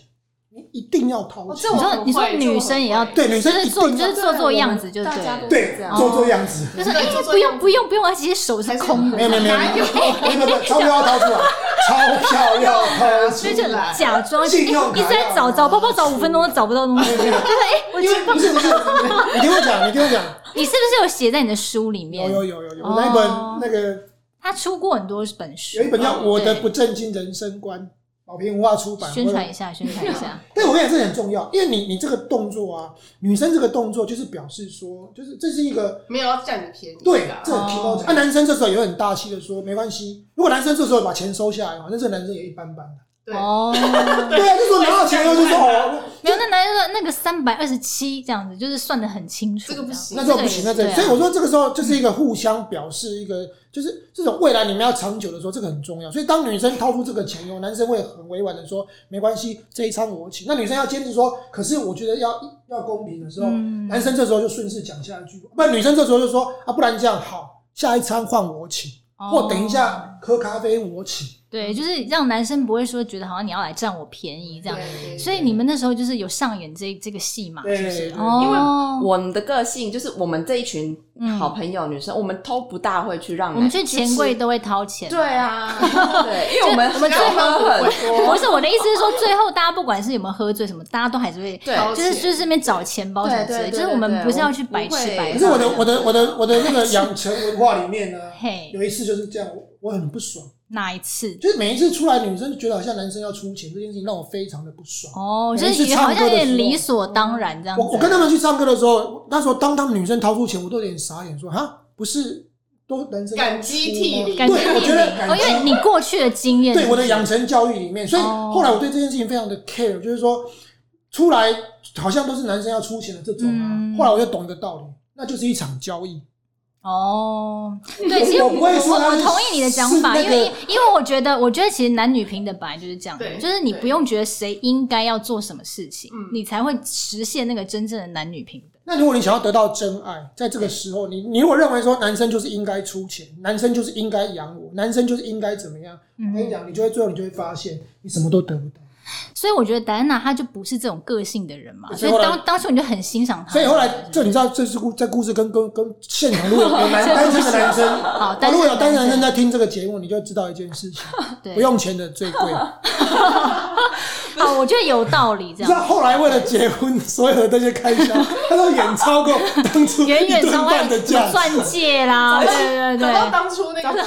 D: 你一定要掏
B: 哦
D: 钱
B: 这，
A: 你
B: 我
A: 说
B: 很
A: 你说
B: 会这
A: 女
B: 我
A: 生
B: 很
A: 也要
B: 会
D: 对女生
A: 就是
D: 一
A: 做
D: 定
A: 就
D: 要
A: 是做做样子就
C: 大
A: 对
C: 家都
A: 了，
D: 对
C: 这，样
D: 做做样子。
A: 就是
B: 对
A: 哎
B: 做做
A: 不
B: 样
A: 用
B: 子
A: 不用不用，他其实手是空的，
D: 没有没有没有，没
B: 哪有
D: 有没有，钞票要掏出来，钞票要掏出
A: 所
D: 来
A: 以就，假装
D: 信
A: 哎
D: 用
A: 一直
D: 卡
A: 在
D: 要
A: 找找包包找
D: 拿
A: 五分钟都找不到东西，
D: 没有没有
A: 我记得
D: 不是不是，你听我讲，你听我讲，
A: 你是不是有写在你的书里
D: 有
A: 面？
D: 有有有有，
A: 哦
D: 那一本那个
A: 他出过很多本书
D: 有一，本叫《我的
A: 对
D: 不正经人生观》，宝瓶文化出版。
A: 宣传
D: 我
A: 一下，宣传一 [laughs] 下，
D: 对，我跟你讲，这很重要，因为你你这个动作啊，女生这个动作就是表示说，就是这是一个
B: 没有要占你便宜的。啊
D: 对，啊这很皮毛
A: 哦。
D: 那、男生这时候也会很大气的说，没关系。如果男生这时候把钱收下来，好像这男生也一般般的。
B: 对
D: [laughs]
A: 哦，
D: 对啊，这时候拿到钱以后就说哦，
A: 没有，那男生说那个三百二十七这样子，就是算的很清楚，
B: 这个不行
D: 那时候不行，那
A: 这个
D: 这
A: 也
D: 里，
A: 是
D: 所以我说这个时候就是一个互相表示一个，就是这种未来你们要长久的时候，这个很重要。所以当女生掏出这个钱以后，男生会很委婉的说没关系，这一餐我请。那女生要坚持说，可是我觉得要要公平的时候，
A: 嗯
D: 男生这时候就顺势讲下一句，不然女生这时候就说啊，不然这样好，下一餐换我请，或等一
A: 哦，
D: 下喝咖啡我请。
A: 对，就是让男生不会说觉得好像你要来占我便宜这样。
B: 对
A: 所以你们那时候就是有上演这这个戏嘛，
D: 对
A: 是不是？
D: 对
A: 哦，
B: 因为
C: 我们的个性就是我们这一群
A: 嗯
C: 好朋友女生，我们都不大会去让
A: 我们
C: 男
A: 去钱柜都会掏钱。
C: 对啊，对，因为我们
A: 我们
C: 少
A: 最
C: 喝很多，
A: 不是我的意思是说，最后大家不管是有没有喝醉什么，大家都还是会，
C: 对
B: 掏
A: 就是
B: 钱
A: 就是这边找钱包什么之类，
C: 对对对
A: 就是我们
C: 对
A: 不是要去
C: 我
A: 白
C: 们
A: 吃白喝
C: 不会
D: 可是我的我的我的我的那个养成文化里面呢，
A: 嘿，
D: 有一次就是这样，我我很不爽。
A: 哪一次？
D: 就是每一次出来，女生就觉得好像男生要出钱这件事情，让我非常的不爽。
A: 哦，就
D: 每一
A: 是
D: 次
A: 也好
D: 唱歌
A: 像有
D: 的
A: 点
D: 时候
A: 理所当然这样子。
D: 我我跟他们去唱歌的时候，那时候当他们女生掏出钱，我都有点傻眼，说哈，不是都男生要
B: 感激
D: 出
B: 涕
D: 吗
B: 零
A: 感觉
D: 对，我觉得
A: 哦，
D: 感
A: 因为
D: 激。
A: 你过去的经验，
D: 对我的养成教育里面，所以
A: 哦
D: 后来我对这件事情非常的 care，就是说出来好像都是男生要出钱的这种
A: 嗯
D: 啊。后来我就懂一个道理，那就是一场交易。
A: 哦，对，其实
D: 我不会说
A: 我
D: 他
A: 我
D: 是
A: 同意你的讲
D: 是
A: 法，
D: 那
A: 因为
D: 个
A: 因为我觉得，我觉得其实男女平等本来就是这样的，
B: 对
A: 就是你不
B: 对
A: 用觉得谁应该要做什么事情
B: 嗯，
A: 你才会实现那个真正的男女平等。
D: 那如果你想要得到真爱，在这个时候，你你如果认为说男生就是应该出钱，男生就是应该养我，男生就是应该怎么样，
A: 嗯
D: 我跟你讲，你就会最后你就会发现你什么都得不到。
A: 所以我觉得戴安娜她就不是这种个性的人嘛，所
D: 所以
A: 以
D: 后来
A: 当当初你就很欣赏她。
D: 所以后来，这你知道，这是故这故事跟跟跟现
A: [laughs]
D: 场如果有男单身的男生，
A: 好，
D: 啊
A: 但
D: 如
A: 是
D: 果有单身的男生在听这个节目，你就知道一件事情：
A: [laughs] 对
D: 不用钱的最
A: [laughs]
D: 贵。
A: 好，哦我觉得有道理这
D: 你知道
A: 样。
D: 后来为了结婚，所有的这些开
A: [laughs]
D: 销，他都远超过当初
A: 远
D: 一
A: 远
D: 顿
A: 超
D: 饭的
A: 过
D: 价值。
A: 钻戒啦，对对
B: 找
A: 对，
B: 到 [laughs] 当初那个，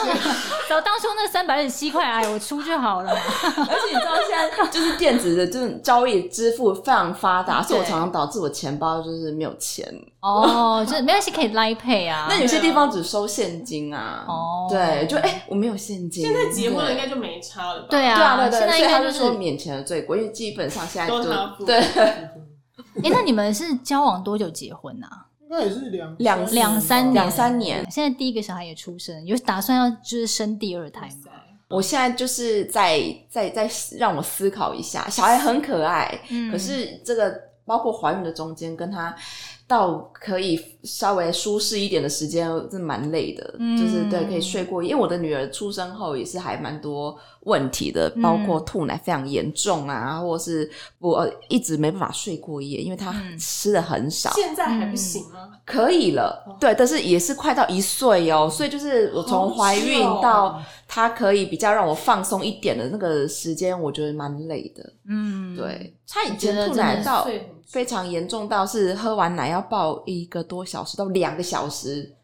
A: 早当初那三百二十七块，哎，我出就好了嘛。
C: 而且你知道现在就是电子的这种交易支付非常发达，所以我常常导致我钱包就是没有钱。
A: 哦，就是没关系，可以拉配啊。
C: 那有些地方只收现金啊，
A: 哦
C: 对，就哎、我没有现金。
B: 现在结婚了应
C: 对。
B: 该就没差了吧？
A: 对啊，
C: 对啊，对
A: 现在
C: 对，所
A: 应
C: 以他
A: 该
C: 就是说免钱的最贵，因为基本上现在
B: 都是他
C: 都
B: 付
C: 对
A: 哎、那你们是交往多久结婚啊？
D: 应该也是两
A: 两
C: 两
D: 三
A: 三年
C: [laughs] 两三年，
A: 现在第一个小孩也出生，有打算要就是生第二胎吗？
B: 对，
C: 我现在就是在在在让我思考一下，小孩很可爱，
A: 嗯
C: 可是这个包括怀孕的中间，跟他到可以稍微舒适一点的时间，是蛮累的。
A: 嗯
C: 就是对，可以睡过夜。因为我的女儿出生后也是还蛮多问题的，包
A: 嗯
C: 括吐奶非常严重啊，或是我一直没办法睡过夜，因为她
A: 嗯
C: 吃的很少。
B: 现在还不行吗？
C: 可以
A: 哦
C: 了，对，但是也是快到一岁哦，所以就是我从怀孕
B: 好久
A: 哦
C: 到她可以比较让我放松一点的那个时间，我觉得蛮累的。
A: 嗯，
C: 对，她以
A: 觉得
C: 前吐
A: 真的
C: 奶到
B: 睡很久
C: 非常严重到是喝完奶要抱一个多小时到两个小时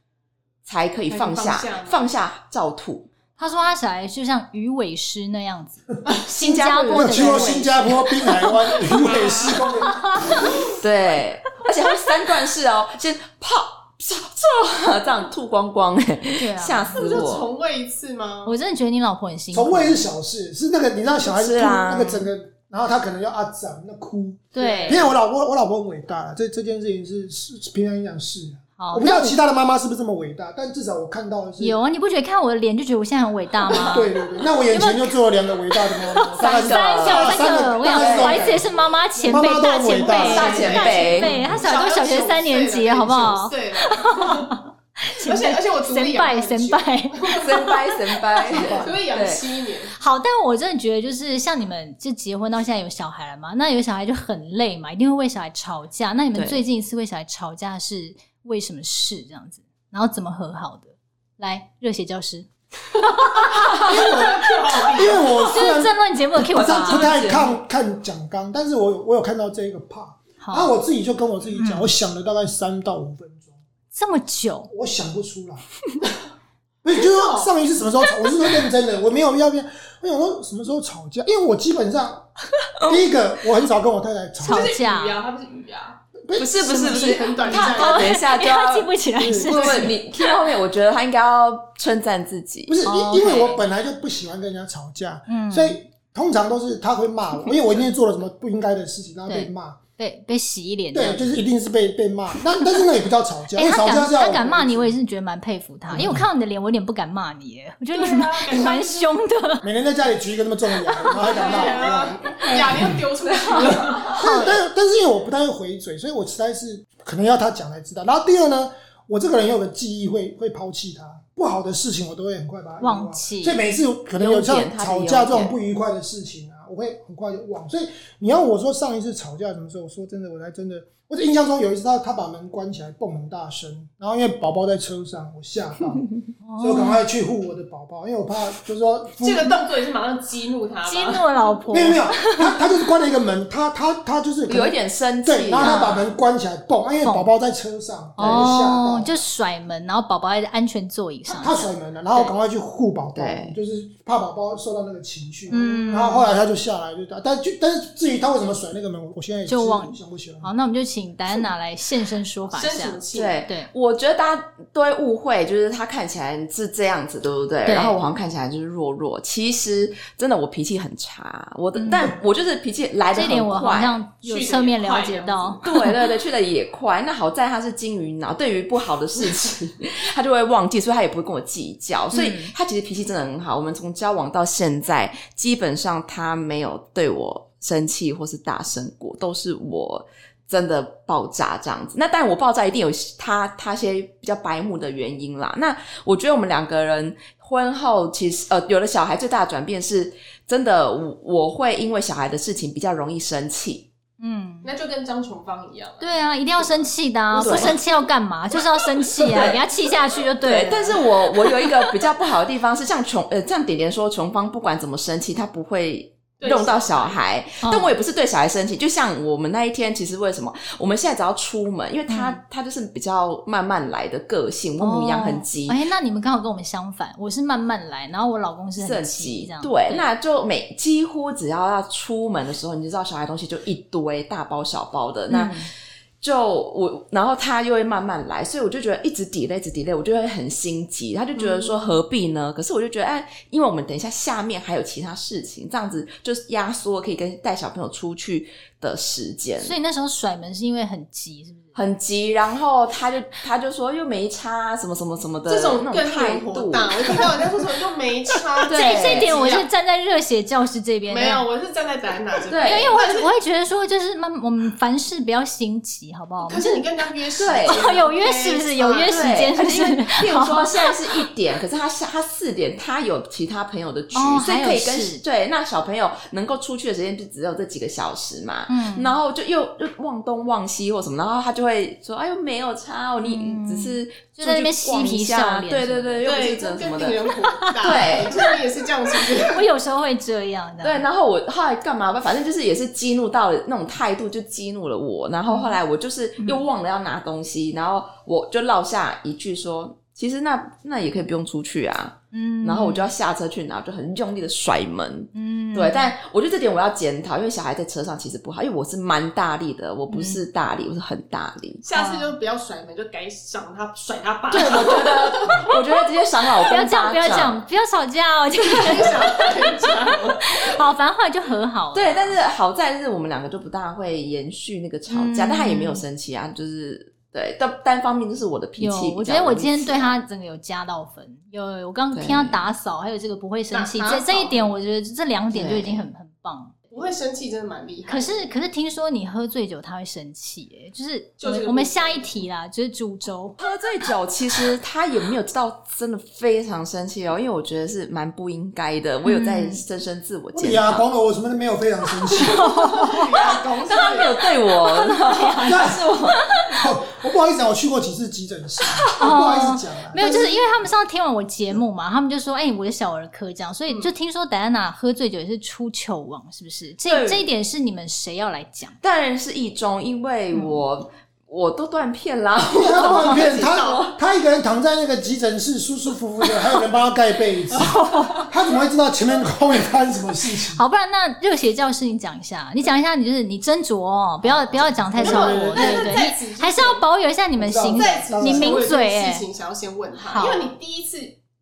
C: 才可以放
B: 才
C: 下，
B: 可以放下
C: 放下照吐。
A: 他说他小孩就像鱼尾狮那样子，
C: 新
A: 加坡
D: 我
A: 的
D: 有去过
A: 人
D: 新加坡滨海湾鱼尾狮公园，
C: 对，而且它是三段式哦，先泡、唰唰这样吐光光、欸，
A: 对啊，
C: 吓
B: 那
C: 死
B: 不就
C: 我！
B: 重喂一次吗？
A: 我真的觉得你老婆很辛苦，
D: [laughs] 从未是小事，是那个你让小孩子
C: 是
D: 吐
C: 啊
D: 那个整个，然后他可能要啊长那哭。
A: 对
D: 平，常我老婆我老婆很伟大了，这这件事情是是平常讲是啊，
A: 好
D: 我，不知
A: 那
D: 道其他的妈妈是不是这么伟大，但至少我看到的是
A: 哦有啊，你不觉得看我的脸就觉得我现在很伟大吗？
D: [laughs] 对对对，那我眼前就做了两个伟大的妈妈，大概是
C: 三
A: [laughs]
C: 个
A: 三小三个，我想
D: 大概是这种
A: 怀慈也是妈妈前辈
D: 妈、妈都
A: 大
D: 很
A: 前
D: 伟
A: 辈、
D: 大
C: 大前辈
A: 辈，他小孩都小学三年级，好不好？
B: 对，而且而且我独
A: 神
B: 立养
A: 拜
B: 很久
A: 神，拜。
C: 神掰神掰，
B: [laughs] 独立养七年，
A: 好，但我真的觉得就是像你们就结婚到现在有小孩了嘛，那有小孩就很累嘛，一定会为小孩吵架。那你们
C: 对
A: 最近一次为小孩吵架是为什么事这样子？然后怎么和好的？来，热血教师，
D: 因为我
A: 就
D: 虽
A: 是
D: 然
A: 政论节目的 Q
D: 我是不
A: 吧。
D: 太看看讲纲，但是我有我有看到这一个 part，然后
A: 好，
D: 我自己就跟我自己讲，
A: 嗯
D: 我想了大概三到五分钟，
A: 这么久，
D: 我想不出来。 [laughs] 不是，就是说上一次什么时候吵？我是说认真的，我没有要不要。我想说什么时候吵架？因为我基
A: [laughs]
D: 本上第一个我很少跟我太太吵
A: 吵
B: 它
D: 架，
B: 不是鱼啊，它不是鱼啊，
C: 不是不是不是，
B: 很短暂
C: 他他等一下就
A: 他
C: 要
A: 记不起来是
C: 不不，你听到后面，我觉得他应该要称赞自己
D: 不。是
A: 哦
D: 因因为
A: OK
D: 我本来就不喜欢跟人家吵架，
A: 嗯
D: 所以通常都是他会骂我，因为我一定做了什么不应该的事情，然后被
A: 对
D: 骂。
A: 被被洗一脸
D: 对，
A: 的。
D: 就是一定是被被骂。那但是那也不叫吵架，
A: 哎、
D: 因为
A: 他
D: 吵架
A: 敢
D: 是要
A: 他敢骂你，我也是觉得蛮佩服他，因为我看到你的脸，我有点不敢骂你耶， [laughs] 我觉得你蛮、
B: 对啊
A: 你蛮凶的。
D: 每天在家里举一个那么重的牙，然后还
A: [laughs]
D: 敢骂。
A: 啊
D: 嗯
B: 哑铃丢出去了，
D: 但
C: 嗯
D: 但但是因为我不太会回嘴，所以我实在是可能要他讲才知道。然后第二呢，我这个人有个记忆会会抛弃他，不好的事情我都会很快把它遗
A: 忘记
D: 所以每次可能有像
C: 优点他的
D: 吵架这
C: 优
D: 种
C: 点
D: 不愉快的事情啊，我会很快就忘。所以你要我说上一次吵架什么时候，我说真的，我才真的，我印象中有一次他他把门关起来蹦很大声，然后因为宝宝在车上，我吓
C: [laughs]
D: 到，所以我赶快去护我的宝宝，因为我怕就
C: [laughs]
D: 是说夫
C: 哦
B: 这个动作也是马上激怒
A: [laughs]
B: 他
A: 激
B: 吧？
A: 怒了老婆
D: 没，有没有，他他就是关了一个门，他他他就是可能
C: 有一点生
D: 对，
C: 气
D: 然后他把
C: 啊，
D: 门关起来，蹦，啊因为
A: 蹦
D: 宝宝在车上，对吓到
A: 哦，，就甩门，然后宝宝在安全座椅上
D: 他。他甩门了，然后
A: 对
D: 赶快去护宝宝
C: 对，
D: 就是怕宝宝受到那个情绪。
A: 嗯
D: 然后后来他就下来，就打，但就但是至于他为什么甩那个门，我我现在也是
A: 就忘
D: 想不起来。
A: 好，那我们就请戴安娜来现身说法一
B: 生
A: 下
B: 什。么气？
C: 对
A: 对，
C: 我觉得大家都会误会，就是他看起来是这样子，对不对？
A: 对
C: 然后我好像看起来就是弱弱，其实真的我脾气很差，我的、但我就是脾气来的
A: 嗯这一
C: 很快。
A: 点我好像有侧面了解到。
C: 对对对，去的也快。那好在他是金鱼脑，对于不好的事情， [laughs] 他就会忘记，所以他也不会跟我计较。所以
A: 嗯
C: 他其实脾气真的很好。我们从交往到现在，基本上他没有对我生气或是大声过，都是我真的爆炸这样子。那但我爆炸一定有他他些比较白目的原因啦。那我觉得我们两个人婚后，其实呃有了小孩，最大的转变是真的我，我会因为小孩的事情比较容易生气。
A: 嗯，
B: 那就跟张琼芳一样啊，
A: 对啊，一定要生气的啊，
C: 对
A: 不生气要干
C: [laughs]
A: 嘛？就是要生气啊，
C: 对
A: 给他气下去就对
C: 对
A: 了。，
C: 但是我我有一个比较不好的地方是， [laughs] 像琼呃，像点点说，琼芳不管怎么生气，她不会。
B: 对
C: 弄到小孩，
A: 嗯
C: 但我也不是对小孩生气。就像我们那一天，其实为什么我们现在只要出门，因为他、他就是比较慢慢来的个性，我母羊很急，
A: 哦哎、那你们刚好跟我们相反，我是慢慢来，然后我老公是
C: 是很
A: 急
C: 急
A: 这样。。
C: 对，那就每几乎只要要出门的时候，你就知道小孩东西就一堆，大包小包的。那
A: 嗯
C: 就我，然后他又会慢慢来，所以我就觉得一直 delay，一直 delay，我就会很心急。他就觉得说
A: 嗯
C: 何必呢？可是我就觉得，哎，因为我们等一下下面还有其他事情，这样子就是压缩可以跟带小朋友出去的时间。
A: 所以那时候甩门是因为很急，是不是？
C: 很急，然后他就他就说又没差、啊、什么什么什么的，
B: 这种
C: 那
B: 更
C: 种态
B: 令我火
C: 度，
B: 大。我听到人家说什么又没差，
A: 这
C: 对
A: 这一点我是站在热血教师这边的，
B: 啊没有，我是站在白娜这
C: 对
A: 因
B: 边。
A: 为我会我会觉得说，就是慢，我们凡事不要心急，好不好？我
B: 可
A: 们
C: [laughs]
B: 是你跟人家约时
C: 对
B: 间，
A: 哦有约是不是有约时间
C: 对
A: 是 [laughs]
C: 因为譬如
A: 好
C: 说现在是一点，可是他下他四点，他有其他朋友的局，
A: 哦
C: 所以可以
A: 还有事
C: 跟对那小朋友能够出去的时间就只有这几个小时嘛。
A: 嗯，
C: 然后就又又忘东忘西或什么，然后他就会说：“哎呦，没有差哦，你
A: 嗯
C: 只是
A: 就在那边
C: 出去逛
A: 嬉皮
C: 一下
A: 笑脸
C: 对
A: 什么
C: 对
A: 的
C: 对，又不是
B: 对，
C: 怎
B: 这
C: 么
B: 更
C: 什么的。
B: 令人火大。
C: 对
B: 就是你也是这样，是不
A: [laughs]
B: 是？
A: 我有时候会这样的，
C: 对，，然后我后来干嘛吧，反正就是也是激怒到了那种态度，就激怒了我。然后后来我就是又忘了要拿东西，然后我就落下一句说：“其实那那也可以不用出去啊。
A: 嗯，
C: 然后我就要下车去拿，就很用力的甩门。
A: 嗯，
C: 对，但我觉得这点我要检讨，因为小孩在车上其实不好，因为我是蛮大力的，我不是大力，我是很大力。
B: 下次就不要甩门，就该赏他甩他爸。
C: 对，我觉得，我觉得直接赏老公
A: 不要这样，
C: 巴
A: 不要这
C: 掌
A: 样，不要吵架哦。这个
B: 别想跟家伙
A: [laughs] 好，反正后来就和好了。
C: 对，但是好在是我们两个就不大会延续那个吵架，
A: 嗯
C: 但他也没有生气啊，就是对，但单方面就是我的脾
A: 有
C: 气，比较容易起。
A: 我觉得我今天对他整个有加到分。有，我刚
C: 对
A: 听他打扫，还有这个不会生气，
B: 打
A: 这
B: 打
A: 这一
B: 扫
A: 点我觉得这两点就已经很很棒了。
B: 不会生气，真的蛮厉害。
A: 可是，可是听说你喝醉酒他会生气，哎，就是
B: 就
A: 我
B: 这
A: 们
B: 个
A: 我们
B: 部分
A: 下一题啦，就是煮粥，
C: 喝醉酒，其实他也没有到真的非常生气哦，因为我觉得是蛮不应该的，我有在
A: 嗯
C: 深深自我检
D: 你啊，
C: 讨。
D: 公了，我什么都没有非常
A: [laughs]
D: 生气，
B: 但
C: 但他没有对我，但是我
D: 我不好意思讲，我去过几次急诊
A: [laughs]
D: 室，我不好意思讲啊。
A: 哦没有，
D: 但
A: 就是因为他们上次听完我节目嘛，他们就说，哎、我的小儿科这样，所以就听说戴安娜喝醉酒也是出糗王，是不是？这
C: 对
A: 这一点是你们谁要来讲？
C: [laughs] 当然是一中，因为
A: 嗯
C: 我、我都断片啦，
D: 因为他 [laughs] 断片，
B: 我知
D: 他他一个人躺在那个急诊室，舒舒
A: [laughs]
D: 服服的，还有人帮他盖被子，他怎么会知道前面后面发生什么事情？
A: 好，不然那热血教师你讲一下，你讲一下，你就是你斟酌哦，不要不要讲太
B: 没
A: 超
B: 有
A: 过，
B: 我
A: 对对
B: 但是
A: 对，
B: 在
A: 你
B: 此之
A: 还是要
B: 前
A: 保有一下你们
D: 我知道
A: 形
D: 在
A: 象。
B: 此之前
A: 你抿
B: 我有一件
A: 嘴欸
B: 事情想要先问他，
A: 好
B: 因为你第一次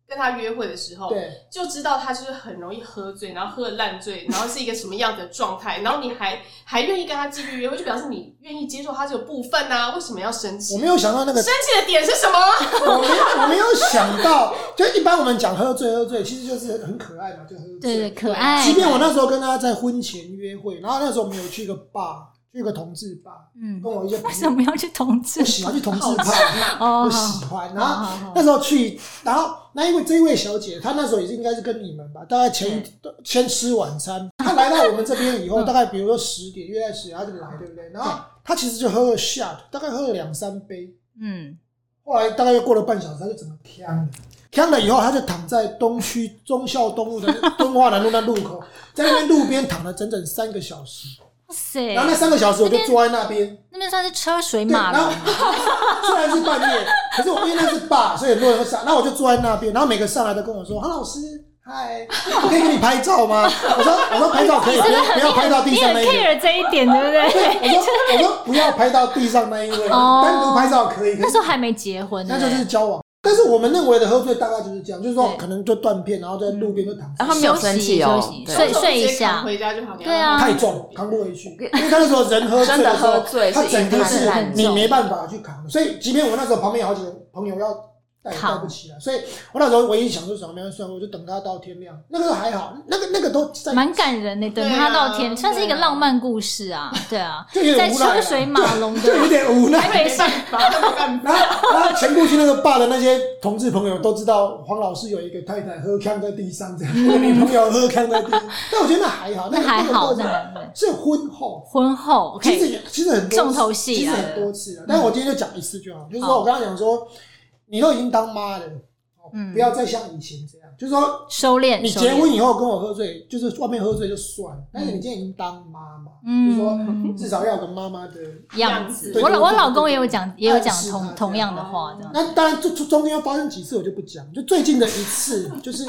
B: 跟他约会的时候，
D: 对，
B: 就知道他就是很容易喝醉，然后喝得烂醉，然后是一个什么样的状态，然后你还还愿意跟他继续约会，就表示你愿意接受他这个部分啊？为什么要生气？
D: 我没有想到那个
B: 生气的点是什么？
A: [laughs]
D: 我没有我没有想到，就一般我们讲喝醉喝醉，其实就是很可爱嘛，就喝醉。
A: 对对，可爱。
D: 即便我那时候跟他在婚前约会，然后那时候我们有去一个 bar，去一个同志 bar，
A: 嗯
D: 跟，我一些朋友
A: 为什么要去同志
D: [laughs]
A: 啊
D: 不？喜欢去同志 bar，
A: 哦
D: 我，喜欢。然
A: 好
D: 后
A: 好好
D: 那时候去，然后那因为这一位小姐，她那时候也是应该是跟你们吧，大概前一先吃晚餐，她来到我们这边以
A: 嗯
D: 后，大概比如说十点约在十点，她就来，对不对？然后她其实就喝了下，大概喝了两三杯，
A: 嗯，
D: 后来大概又过了半小时，他就整个呛了，呛了以后，他就躺在东区忠孝东路的敦化南路那路口，在那边路边躺了整整三个小时。
A: 哇塞，
D: 然后那三个小时我就坐在那边，
A: 那边算是车水
D: 对，
A: 马
D: 然后
A: 龙。
D: 虽然是半夜，可是我因为那是爸，所以很多人都上，那我就坐在那边，然后每个上来都跟我说：“韩老师。”嗨，我可以给你拍照吗？我说我说拍照可以，不要不要拍到地
A: 你很
D: 上那一个。
A: care 这一点，对不对？
D: 对，我说我说不要拍到地上那一位，
A: 哦
D: 单独拍照可以。可
A: 那
D: 是
A: 时候还没结婚呢，
D: 那就是交往。但是我们认为的喝醉大概就是这样，就是说
A: 对啊
D: 可能就断片，然后在路边就躺下
C: 然，后他没有生气哦
A: 休息，
C: 对
A: 睡睡一
B: 直接扛
A: 下，
B: 回家就好。你要
A: 对啊
D: 太重
B: [laughs]
D: 扛不回去。因为他那时候人喝醉
C: 真的
D: 时候
C: 喝醉
D: 他整个
A: 是一
D: 是
A: 看很重
D: 你没办法去扛的。所以即便我那时候旁边有好几个朋友要带也带
A: 扛
D: 不起来，所以我那时候唯一想说什么没关系，算了我就等他到天亮。那个时候还好，那个那个都在
A: 蛮感人的。等
B: 对
A: 他
B: 啊
A: 到天，算是一个
B: 对啊
A: 浪漫故事
D: [laughs]
A: 啊，对啊，
D: 就有
A: 在
D: 点无奈
A: 车
D: 啊，
A: 水马龙
D: [laughs] 就有
A: 的
D: 点无
A: 台
D: 奈。
A: 北上，
D: 然后，然后啊全部去那个坝的那些同志朋友都知道，黄老师有一个太太喝康在地上，这样一个女朋友喝康在地上。但我觉得那还好，
A: 那
D: 个
A: 还好，
D: 个
A: 那还好。
D: 是婚后，
A: 婚后
D: 其实
A: OK，
D: 也其实很多
A: 重头戏啊
D: 其实很多次了。但我今天就讲一次就好，就是说我刚刚讲说，你都已经当妈了，哦
A: 嗯
D: 不要再像以前这样，就是说
A: 收敛，
D: 你
A: 收
D: 结
A: 敛
D: 婚以后跟我喝醉，就是外面喝醉就算，了，但是你今天已经当妈嘛，就是说 [laughs]
A: 嗯
D: 至少要有个妈妈的。
A: 样
B: 对
A: 子。
D: 对
A: 我
D: 对
A: 老
D: 对
A: 我
D: 对
A: 老
D: 对
A: 公
D: 对
A: 也有讲，也有讲
D: 暗示
A: 同
D: 他
A: 同
D: 这
A: 样
D: 样
A: 的话，这样。
D: 那当然，这中中间要发生几次我就不讲，就最近的一次，就是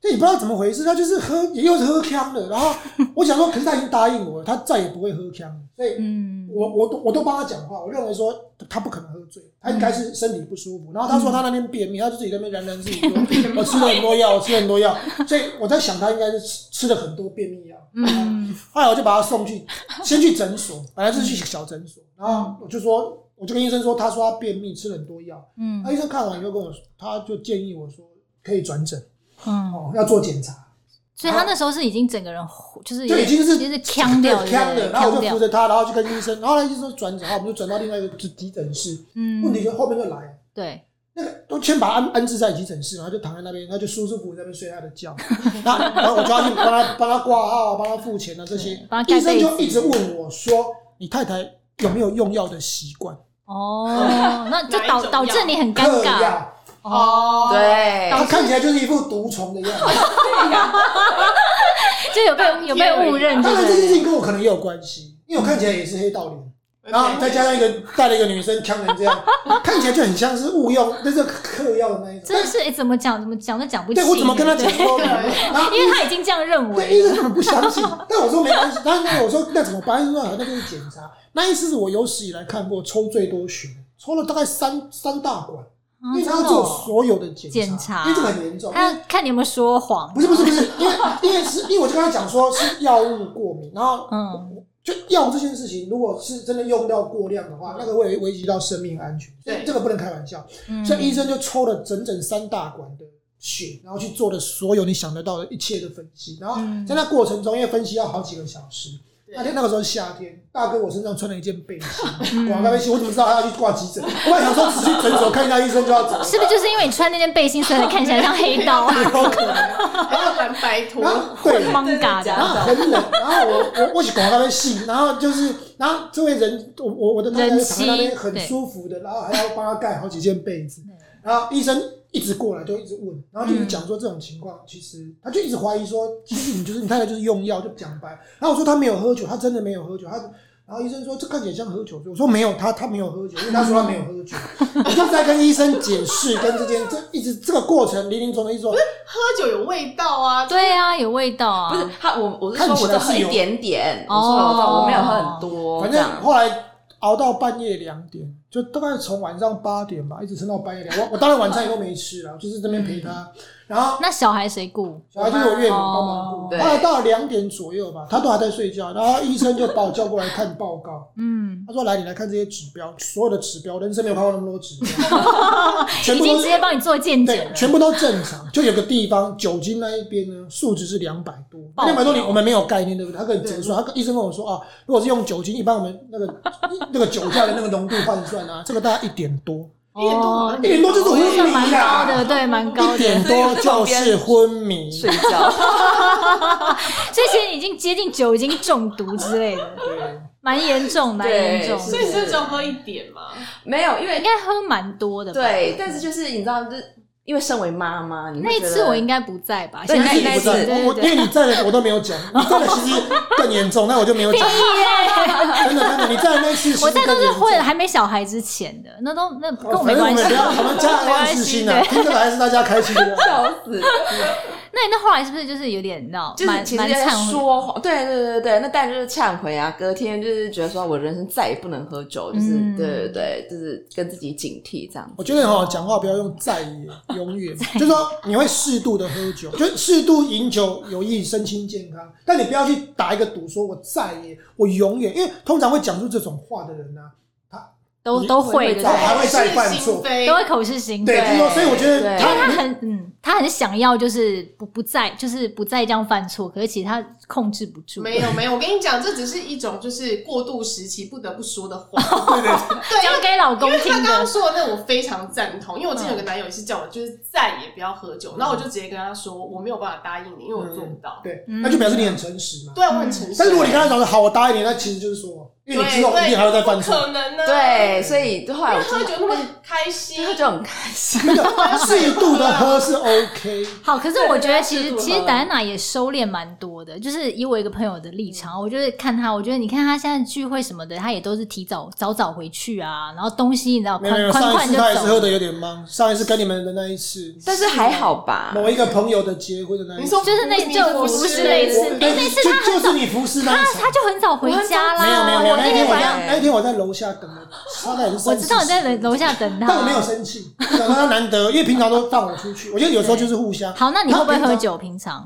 D: 这也不知道怎么回事，他就是喝，也又是喝呛的。然后我想说，可是他已经答应我了，他再也不会喝呛，所以
A: 嗯，
D: 我我都我都帮他讲话，我认为说他不可能喝醉，他应该是身体不舒服。然后他说他那天便秘，他就自己在那边喃喃自语说：“我吃了很多药，我吃了很多药。”所以我在想他应该是吃吃了很多便秘药。
A: 嗯，
D: 后来我就把他
A: [laughs]
D: 送去，先去诊所，本来就是去小诊所，然后我就说，我就跟医生说，他说他便秘，吃了很多药。
A: 嗯
D: 那医生看完以后跟我说，他就建议我说可以转诊
A: 嗯，
D: 哦，要做检查。
A: 所以他那时候是已经整个人就是
D: 就已经是
A: 就是呛掉
D: 对 [laughs] 呛
A: 对
D: 了，然后我
A: 呛
D: 就
A: 掉
D: 扶着他，然后去跟医生，然后他医生说转诊，然后我们就转到另外一个急急诊室，
A: 嗯，
D: 问题就后面就来了。
A: 对，
D: 那个都先把他安安置在急诊室，然后就躺在那边，他就舒舒服服在那边睡他的
A: [laughs]
D: 觉。然后，然后我就要去帮他帮他挂号、帮他付钱啊这些
A: 对帮。他盖
D: 医生
A: 被
D: 就
A: 子
D: 一直问我说：“你太太有没有用药的习惯 [laughs]
A: 哦，那就
B: 哪一
A: 导
B: 种
A: 导致
B: 药
A: 你很？”尴
D: 嗑
A: 尬
D: 药，
A: 哦，
C: 对，
D: 他看起来就是一副毒虫的
A: [laughs]
D: 样子。
A: 就有被有被误认，
D: 啊
A: 对
D: 当然，
A: 不
D: 这件事
A: 对？
D: 情跟我可能也有关系，因为我看起来也是黑道脸，然后
B: OK
D: 再加上一个带了一个女生呛成
A: [laughs]
D: 这样，看起来就很像是误用，那是嗑药的那一种。
A: 真的是哎，怎么讲怎么讲都讲不清。
D: 对我怎么跟他讲说？
B: 对哎
D: 然后
A: 因为他已经这样认
D: 对，医
A: 为了，
D: 生很不相信， [laughs] 但我说没关系。但是我说那怎么办？医生说好那就是检查。那一次是我有史以来看过抽最多血，抽了大概三三大管，
A: 啊
D: 因为
A: 真
D: 他要
A: 的
D: 做
A: 哦，
D: 所有的检
A: 检查
D: 因为这个很严重。因
A: 他
D: 为
A: 要看你有没有说谎
D: 不。是不是不是，因为因为是因为我就跟他讲说是药物过敏，然后
A: 嗯
D: 就药这件事情，如果是真的用料过量的话，那个会危及到生命安全，所以
B: 对
D: 这个不能开玩笑。
A: 嗯，
D: 所以医生就抽了整整三大管的血，然后去做了所有你想得到的一切的分析。然后在那过程中，因为分析要好几个小时。
B: 对
D: 那天那个时候夏天，大哥我身上穿了一件背心，
A: 嗯
D: 广告背心，我怎么知道他要去挂急诊？我本来想说只去诊所看一下医生就要走了，
A: 是不是就是因为你穿那件背心，所以看起来像黑道啊？
D: [laughs] 有可能。
B: 还要蓝白拖，
D: 然后对，
A: 蒙嘎
B: 真的假
A: 的
B: 的，
D: 然后很冷，然后我我我去广告那边洗，然后就是，然后这位人，我我我的太太就躺在那边很舒服的，然后还要帮他盖好几件被子，然后医生一直过来就一直问，然后就一直讲说这种情况，其实他就一直怀疑说，其实你就是你太太就是用药，就讲白，然后我说他没有喝酒，他真的没有喝酒，他。然后医生说这看起来像喝酒，我说没有，他他没有喝酒，因为他说他没有喝酒，我就在跟医生解释跟这件这一直这个过程林林总总一直说
B: 喝酒有味道啊，
A: 对啊，有味道
C: 不是
A: 啊。
C: 他，我我是
D: 看
C: 说
D: 起
C: 我
D: 来
C: 只
D: 是
C: 喝一
D: 有
C: 点点，
A: 哦
C: 我说我说我没有喝很多，
D: 反
C: 这样
D: 正后来熬到半夜两点，就大概从晚上八点吧，一直撑到半夜两。我我当然晚餐也都没
A: [laughs]
D: 吃了，就是这边陪他。
A: 嗯
D: 然后
A: 那小孩谁顾？
D: 小孩就是我岳母帮忙顾。
C: 对
D: 后来到了两点左右吧，他都还在睡觉，然后医生就把我叫过来看报告。
A: 嗯，
D: 他说：“来，你来看这些指标，所有的指标，人生没有看过那么多指标，
A: [laughs]
D: 全
A: 已
D: 部
A: 经
D: 都
A: 直
D: 是
A: 接帮你做见解
D: 对，
A: 了。
D: 全部都正常。就有个地方，酒精那一边呢，数值是两百多，两百多你我们没有概念，对不对？他跟你
A: 嗯
D: 诊断，他医生跟我说啊，如果是用酒精，一般我们那个那个酒驾的那个浓度换算
A: [laughs]
D: 啊，这个大概一点多，
B: 一点多好
A: 哦
B: 像，
D: 一点多就是昏
A: 算蛮
D: 迷
A: 高的，
D: 啊，
A: 对，蛮高
D: 一点
A: 的。
D: 多就是昏迷。
C: 睡觉。
A: [laughs] 所以其实已经接近酒精中毒之类的，
D: 对
A: 蛮严重，蛮严重。
B: 所以你真的只有喝一点嘛？
C: 没有，因
A: 应
C: 为
A: 该喝蛮多的吧？
C: 对，但是就是你知道，就是因为身为妈妈，你会
A: 那一
C: 觉得
A: 次我应该不在吧？
C: 对
A: 现在
D: 你自
A: 应
D: 己
A: 该
D: 不
A: 是
D: 在，
A: 对
D: 我我
A: 对
D: 因为
A: 对。
D: 你在的我都没
A: [laughs]
D: 有讲，你在的其实更严重，那我就没有讲。真的真的，你在的那次其实
A: 我在
D: 更
A: 都是
D: 严重
A: 混还没小孩之前的，那都那跟我
D: 哦
A: 没
D: 反
A: 关
D: 正我们
A: 系。
D: 不要，我们
A: [laughs]
D: 家万事兴啊，听这个还是大家开心的。
C: 笑死，
A: 那你那后来是不是就是有点闹，
C: 就
A: 蛮
C: 是其
A: 蛮
C: 实在
A: 忏悔？
C: 说谎，对对对对，那但就是忏悔啊，隔天就是觉得说我人生再也不能喝酒，就是、
A: 嗯
C: 对对对，就是跟自己警惕这样
D: 我
C: 子。
D: 觉得哈，讲话不要用再也、
B: [laughs]
D: 永远，就是说你会适度的喝酒，就适度饮酒有益身心健康，但你不要去打一个赌，说我再也、我永远，因为通常会讲出这种话的人呢、啊
A: 都
D: 你
A: 都会的，
D: 我哦还会
B: 口
D: 再
B: 是
D: 犯
B: 心
D: 错
B: 非
A: 都会口是
B: 嗯
A: 心非
D: 对，就是说，所以我觉得
C: 对
A: 因为他
D: 他
A: 很嗯，他很想要就是不不再就是不再这样犯错，可是其实他控制不住。
B: 没有没有，我跟你讲，这只是一种就是过渡时期不得不说的话。 [laughs]
D: 对对
B: 对，因
A: 交
B: 为
A: 给老公
B: 因为他
A: 听
B: 刚刚
A: 的，
B: 说的那我非常赞同，因为我之前有个男友也是叫我就是再也不要喝酒，然后我就直接跟他说我没有办法答应你，因为我做不到。
D: 对，
A: 嗯
D: 那就表示你很诚实嘛。
B: 对啊，我很诚实。
D: 但是如果你跟他讲说好，我答应你，那其实就是说，因为你之后一定还会再犯
B: 不
D: 错。
B: 可能呢、
C: 对，所以后来
B: 因
C: 我
B: 为喝
C: 就
B: 酒那么开心，
C: 他就很开心。
D: 那个适度的喝是
B: [laughs]
D: OK，
A: 好，可是我觉得其实
B: 对
A: 其实戴安娜也收敛蛮多的，就是以我一个朋友的立场，我就是看她，我觉得你看她现在聚会什么的，她也都是提早早早回去啊，然后东西你知道
D: 没
A: 宽
D: 有没有，
A: 宽
D: 上一
A: 宽
D: 次
A: 就
D: 他也是喝
A: 走，
D: 的有点懵，上一次跟你们的那一次，
C: 但是还好吧，
D: 某一个朋友的结婚的那一
B: 你
D: 次
B: 说，
A: 就是那
B: 你
A: 就
B: 我
A: 服
B: 是
A: 侍那一次，
B: 我
A: 哎，那次她
D: 就就是你服侍那
A: 她
D: 一
A: 她
D: 场，
A: 就很早回家啦，
D: 没有没有没有，那一天我
A: 晚上
D: 在那一天我在楼下等了，大概也是
A: 我
D: 三
A: 知道你在
D: 四十
A: 楼楼下等她，
D: 但我没有生气，我想说他难得，因为平常都放我出去，我觉得有时候就是互相。
A: 好，那你
D: 他
A: 会不会
D: 平
A: 喝
D: 常？
A: 酒？平常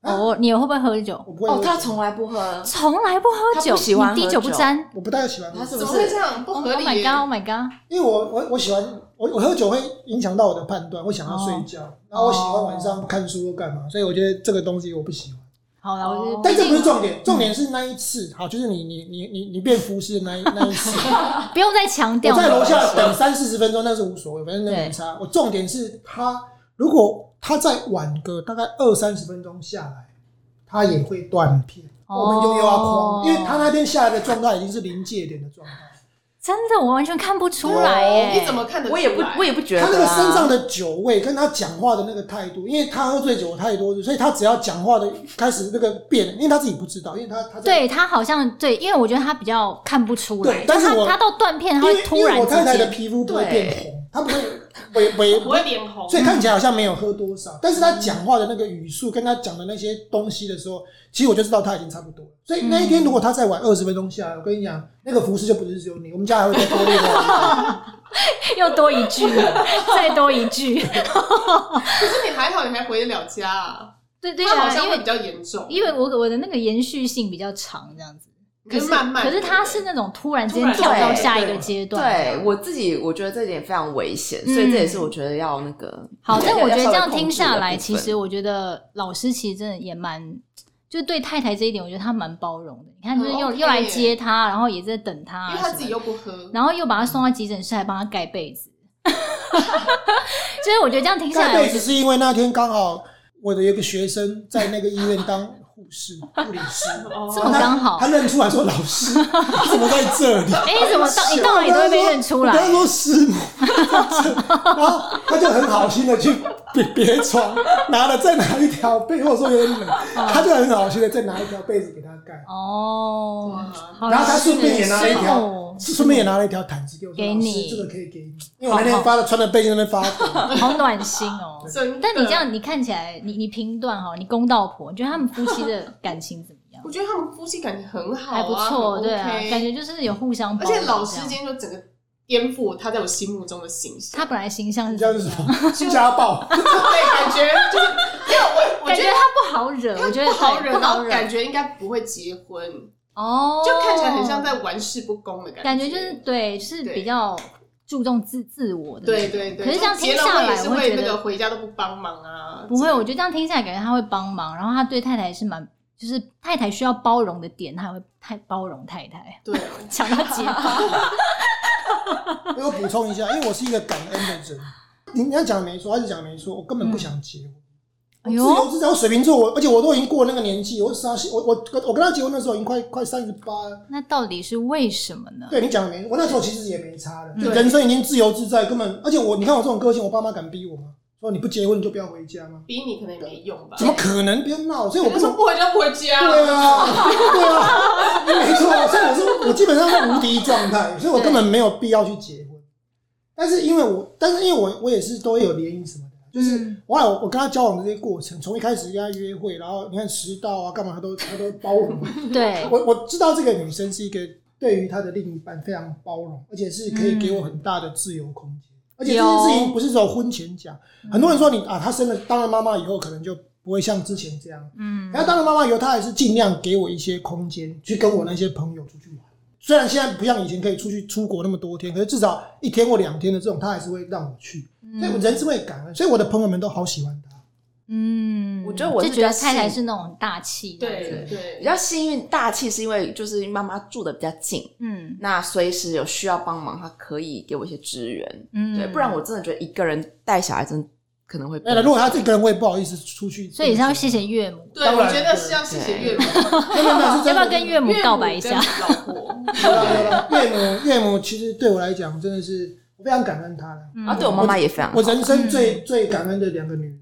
D: 啊
A: 哦，你会不会喝酒？
D: 我不会喝
C: 哦，
D: 酒，
C: 他从来不喝，
A: 从来不喝
C: 他不
A: 酒，
C: 喜欢
A: 你滴
C: 喝
A: 酒不
C: 酒
A: 沾。
D: 我不太喜欢喝
C: 他
D: 酒，
C: 是
B: 怎
C: 不
B: 么会
C: 是
B: 这？样？不
A: Oh
B: 合理
A: my
B: 耶
A: god！Oh my god！
D: 因为我我我喜欢我我喝酒会影响到我的判断，我想要睡觉，
A: 哦
D: 然后我喜欢晚上看书或干嘛，所以我觉得这个东西我不喜
A: 哦
D: 欢。
A: 好了，我觉得
D: 但
A: 毕
D: 这不是
A: 竟
D: 重点，重点是那一次，好，就是你你你你你变服侍的那一那一次，
A: 不用再强调
D: 我
A: 了。
D: 在楼下等三四十分钟，那是无所谓，反正那
A: 对
D: 没差。我重点是他如果他再晚个大概二三十分钟下来，他也会断片，
A: 哦
D: 我们就又要框，因为他那天下来的状态已经是临界点的状态，
A: 真的，我完全看不出来耶。
B: 哦你怎么看得出
C: 我
B: 来？
C: 也不，我也不觉得、
D: 他
C: 啊。
D: 那个身上的酒味跟他讲话的那个态度，因为他喝醉酒太多次，所以他只要讲话的开始那个变，因为他自己不知道，因为他他在
A: 对他好像对，因为我觉得他比较看不出来，
D: 对但是
A: 他
D: 我
A: 他到断片，他
D: 因为
A: 会突
D: 因为
A: 然
D: 我
A: 之
D: 太太的
A: 间。
D: 皮肤不会
C: 对
D: 变红，她不会微
B: 不
D: 微，
B: 会脸红。
D: 所以看起来好像没有喝多少，但是她讲话的那个语速跟她讲的那些东西的时候，其实我就知道她已经差不多了。所以那一天如果她再
A: 嗯
D: 晚二十分钟下来，我跟你讲，那个服饰就不是只有你，我们家还会再多另外
A: [laughs] 又多一句，再多一句。
B: 可是你还好，你还回得了家、啊。
A: 对对
B: 他好
A: 啊，
B: 像
A: 因
B: 会比
A: 为
B: 较严重，
A: 因为我我的那个延续性比较长，这样子。可
B: 就是慢慢
A: 可
B: 的。
A: 是他是那种突然之间
B: 突然
A: 跳到
C: 对
A: 下一个
D: 对
A: 阶段。
C: 对我自己，我觉得这点非常危险，所以这也是我觉得要那个。
A: 嗯好，但我觉得这
C: 要
A: 样
C: 稍微
A: 听
C: 控制的
A: 下来，
C: 部
A: 其
C: 分
A: 实我觉得老师其实真的也蛮，就对太太这一点，我觉得他蛮包容的。你看，就是
B: 很
A: 又
B: OK
A: 又来接他，然后也在等他，啊
B: 因为他自己，又不喝，
A: 然后又把他送到急诊室，还帮他盖被子。 [laughs] 就是我觉得这样听
D: 一个。
A: 下
D: 盖
A: 来，我觉
D: 被子
A: 得
D: 是因为那天刚好我的有个学生在那个医院当护士、护理
A: [laughs]
D: 师，
B: 哦
A: 这么刚好
D: 他，认出来说：“老师，你怎么在这里？”
A: 哎，你怎么到你到哪里都会被认出来
D: 啊我？跟他说
A: [laughs]
D: 师母，然后他就很好心的去别别床，拿了再拿一条被，或者说有点冷，他就很好心的再拿一条被子给他盖，
A: 哦，好
D: 然后他顺便也拿了一
A: 是
D: 条
A: 哦，
D: 顺便也拿了一条毯子给我说，
A: 给
D: 老师
A: 你
D: 这个可以给你，因为我那天发了穿的背心在那边发抖，
A: 好暖心哦。
B: [laughs] 真的
A: 但你这，样，你看起来，你你评断哈，你公道婆，你觉得他们夫妻的感情怎么样？
B: 我觉得他们夫妻感情很好、啊，
A: 还不错，
B: 很
A: 对啊
B: OK，
A: 感觉就是有互相包
B: 而
A: 容这
B: 且
A: 样。
B: 老师今天就整个颠覆他在我心目中的形象，
A: 他本来形象
D: 你
A: 是
D: 知道是什么？家暴，
B: [laughs] 对，感觉就是因
A: [laughs]
B: 为我我
A: 感
B: 觉
A: 觉
B: 得。
A: 他不好惹，我觉得
B: 不好
A: 对
B: 惹，
A: 不
B: 然
A: 好
B: 后
A: 惹，
B: 感觉应该不会结婚，
A: 哦，
B: 就看起来很像在玩世不恭的感觉。
A: 感觉就是对，就是
B: 对
A: 比较注重自自我的那
B: 对
A: 种。
B: 对对。
A: 可是这样听
B: 结了
A: 下
B: 婚
A: 来
B: 也，是
A: 我
B: 会
A: 觉
B: 那
A: 得
B: 个回家都不帮忙啊，
A: [laughs] 不会，我觉得这样听下来，感觉他会帮忙，然后他对太太是蛮，就是太太需要包容的点，他会太包容太太。
B: 对，
A: 讲到结巴，
D: 因为 [laughs] 我补充一下，因为我是一个感恩的人，你要讲得没错，还是讲得没错，我根本不想结
A: 哎
D: 婚。自由
A: 呦，
D: 自在，我水瓶座，我而且我都已经过那个年纪，我三十，我我我跟他结婚的时候已经快快三十八了。
A: 那到底是为什么呢？
D: 对你讲的没，我那时候其实也没差的，就
B: 对
D: 人生已经自由自在，根本而且我你看我这种个性，我爸妈敢逼我吗？说你不结婚你就不要回家吗？
B: 逼你可能也没
A: [laughs]
B: 用吧。
D: 怎么可能？不要闹！所以我
B: 可
D: 根
B: 能说
D: 本
B: 不回家不回家？
D: 对啊，对啊，没错。所以我说我基本上是无敌状态，所以我根本没有必要去结婚。但是因为我，但是因为我我也是都会有联谊什么的，就是
A: 嗯
D: 后来我我跟他交往的这些过程，从一开始跟他约会，然后你看迟到啊干嘛，他都他都包容。
A: 对，
D: 我我知道这个女生是一个对于她的另一半非常包容，而且是可以
A: 嗯
D: 给我很大的自由空间。而且这件事情不是只有婚前讲，
A: 嗯
D: 很多人说你啊，她生了当了妈妈以后，可能就不会像之前这样。
A: 嗯，
D: 然后当了妈妈以后，她还是尽量给我一些空间，去跟我那些朋友出去玩。虽然现在不像以前可以出去出国那么多天，可是至少一天或两天的这种，她还是会让我去。所以我人是会感恩，所以我的朋友们都好喜欢她。
A: 嗯，
C: 我觉得我
A: 就是觉得
C: 比较
A: 太太
C: 幸
A: 是那种很大气，
B: 对，
C: 比
B: 对，
C: 较幸运大气是因为就是妈妈住的比较近，
A: 嗯
C: 那随时有需要帮忙，她可以给我一些支援。
A: 嗯，
C: 对，不然我真的觉得一个人带小孩真的可能会
D: 没了，如果他这个人，我也不好意思出去。
A: 所以是要谢谢岳母，
B: 对，
D: 当
B: 我
D: 然
B: 觉得是要谢谢岳母，
D: [laughs]
A: [laughs]
D: 没有没有没
A: 要
D: 有是真
A: 不
D: 的
A: 要跟岳母
B: 岳母
A: 告白一下？哦
B: 跟
A: [laughs]
B: 老婆。
D: 有啦有啦 [laughs] 岳母岳母其实对我来讲真的是我非常感恩她的，
C: 啊，对我妈妈也非常好
D: 我，人生最最感恩的两个女人。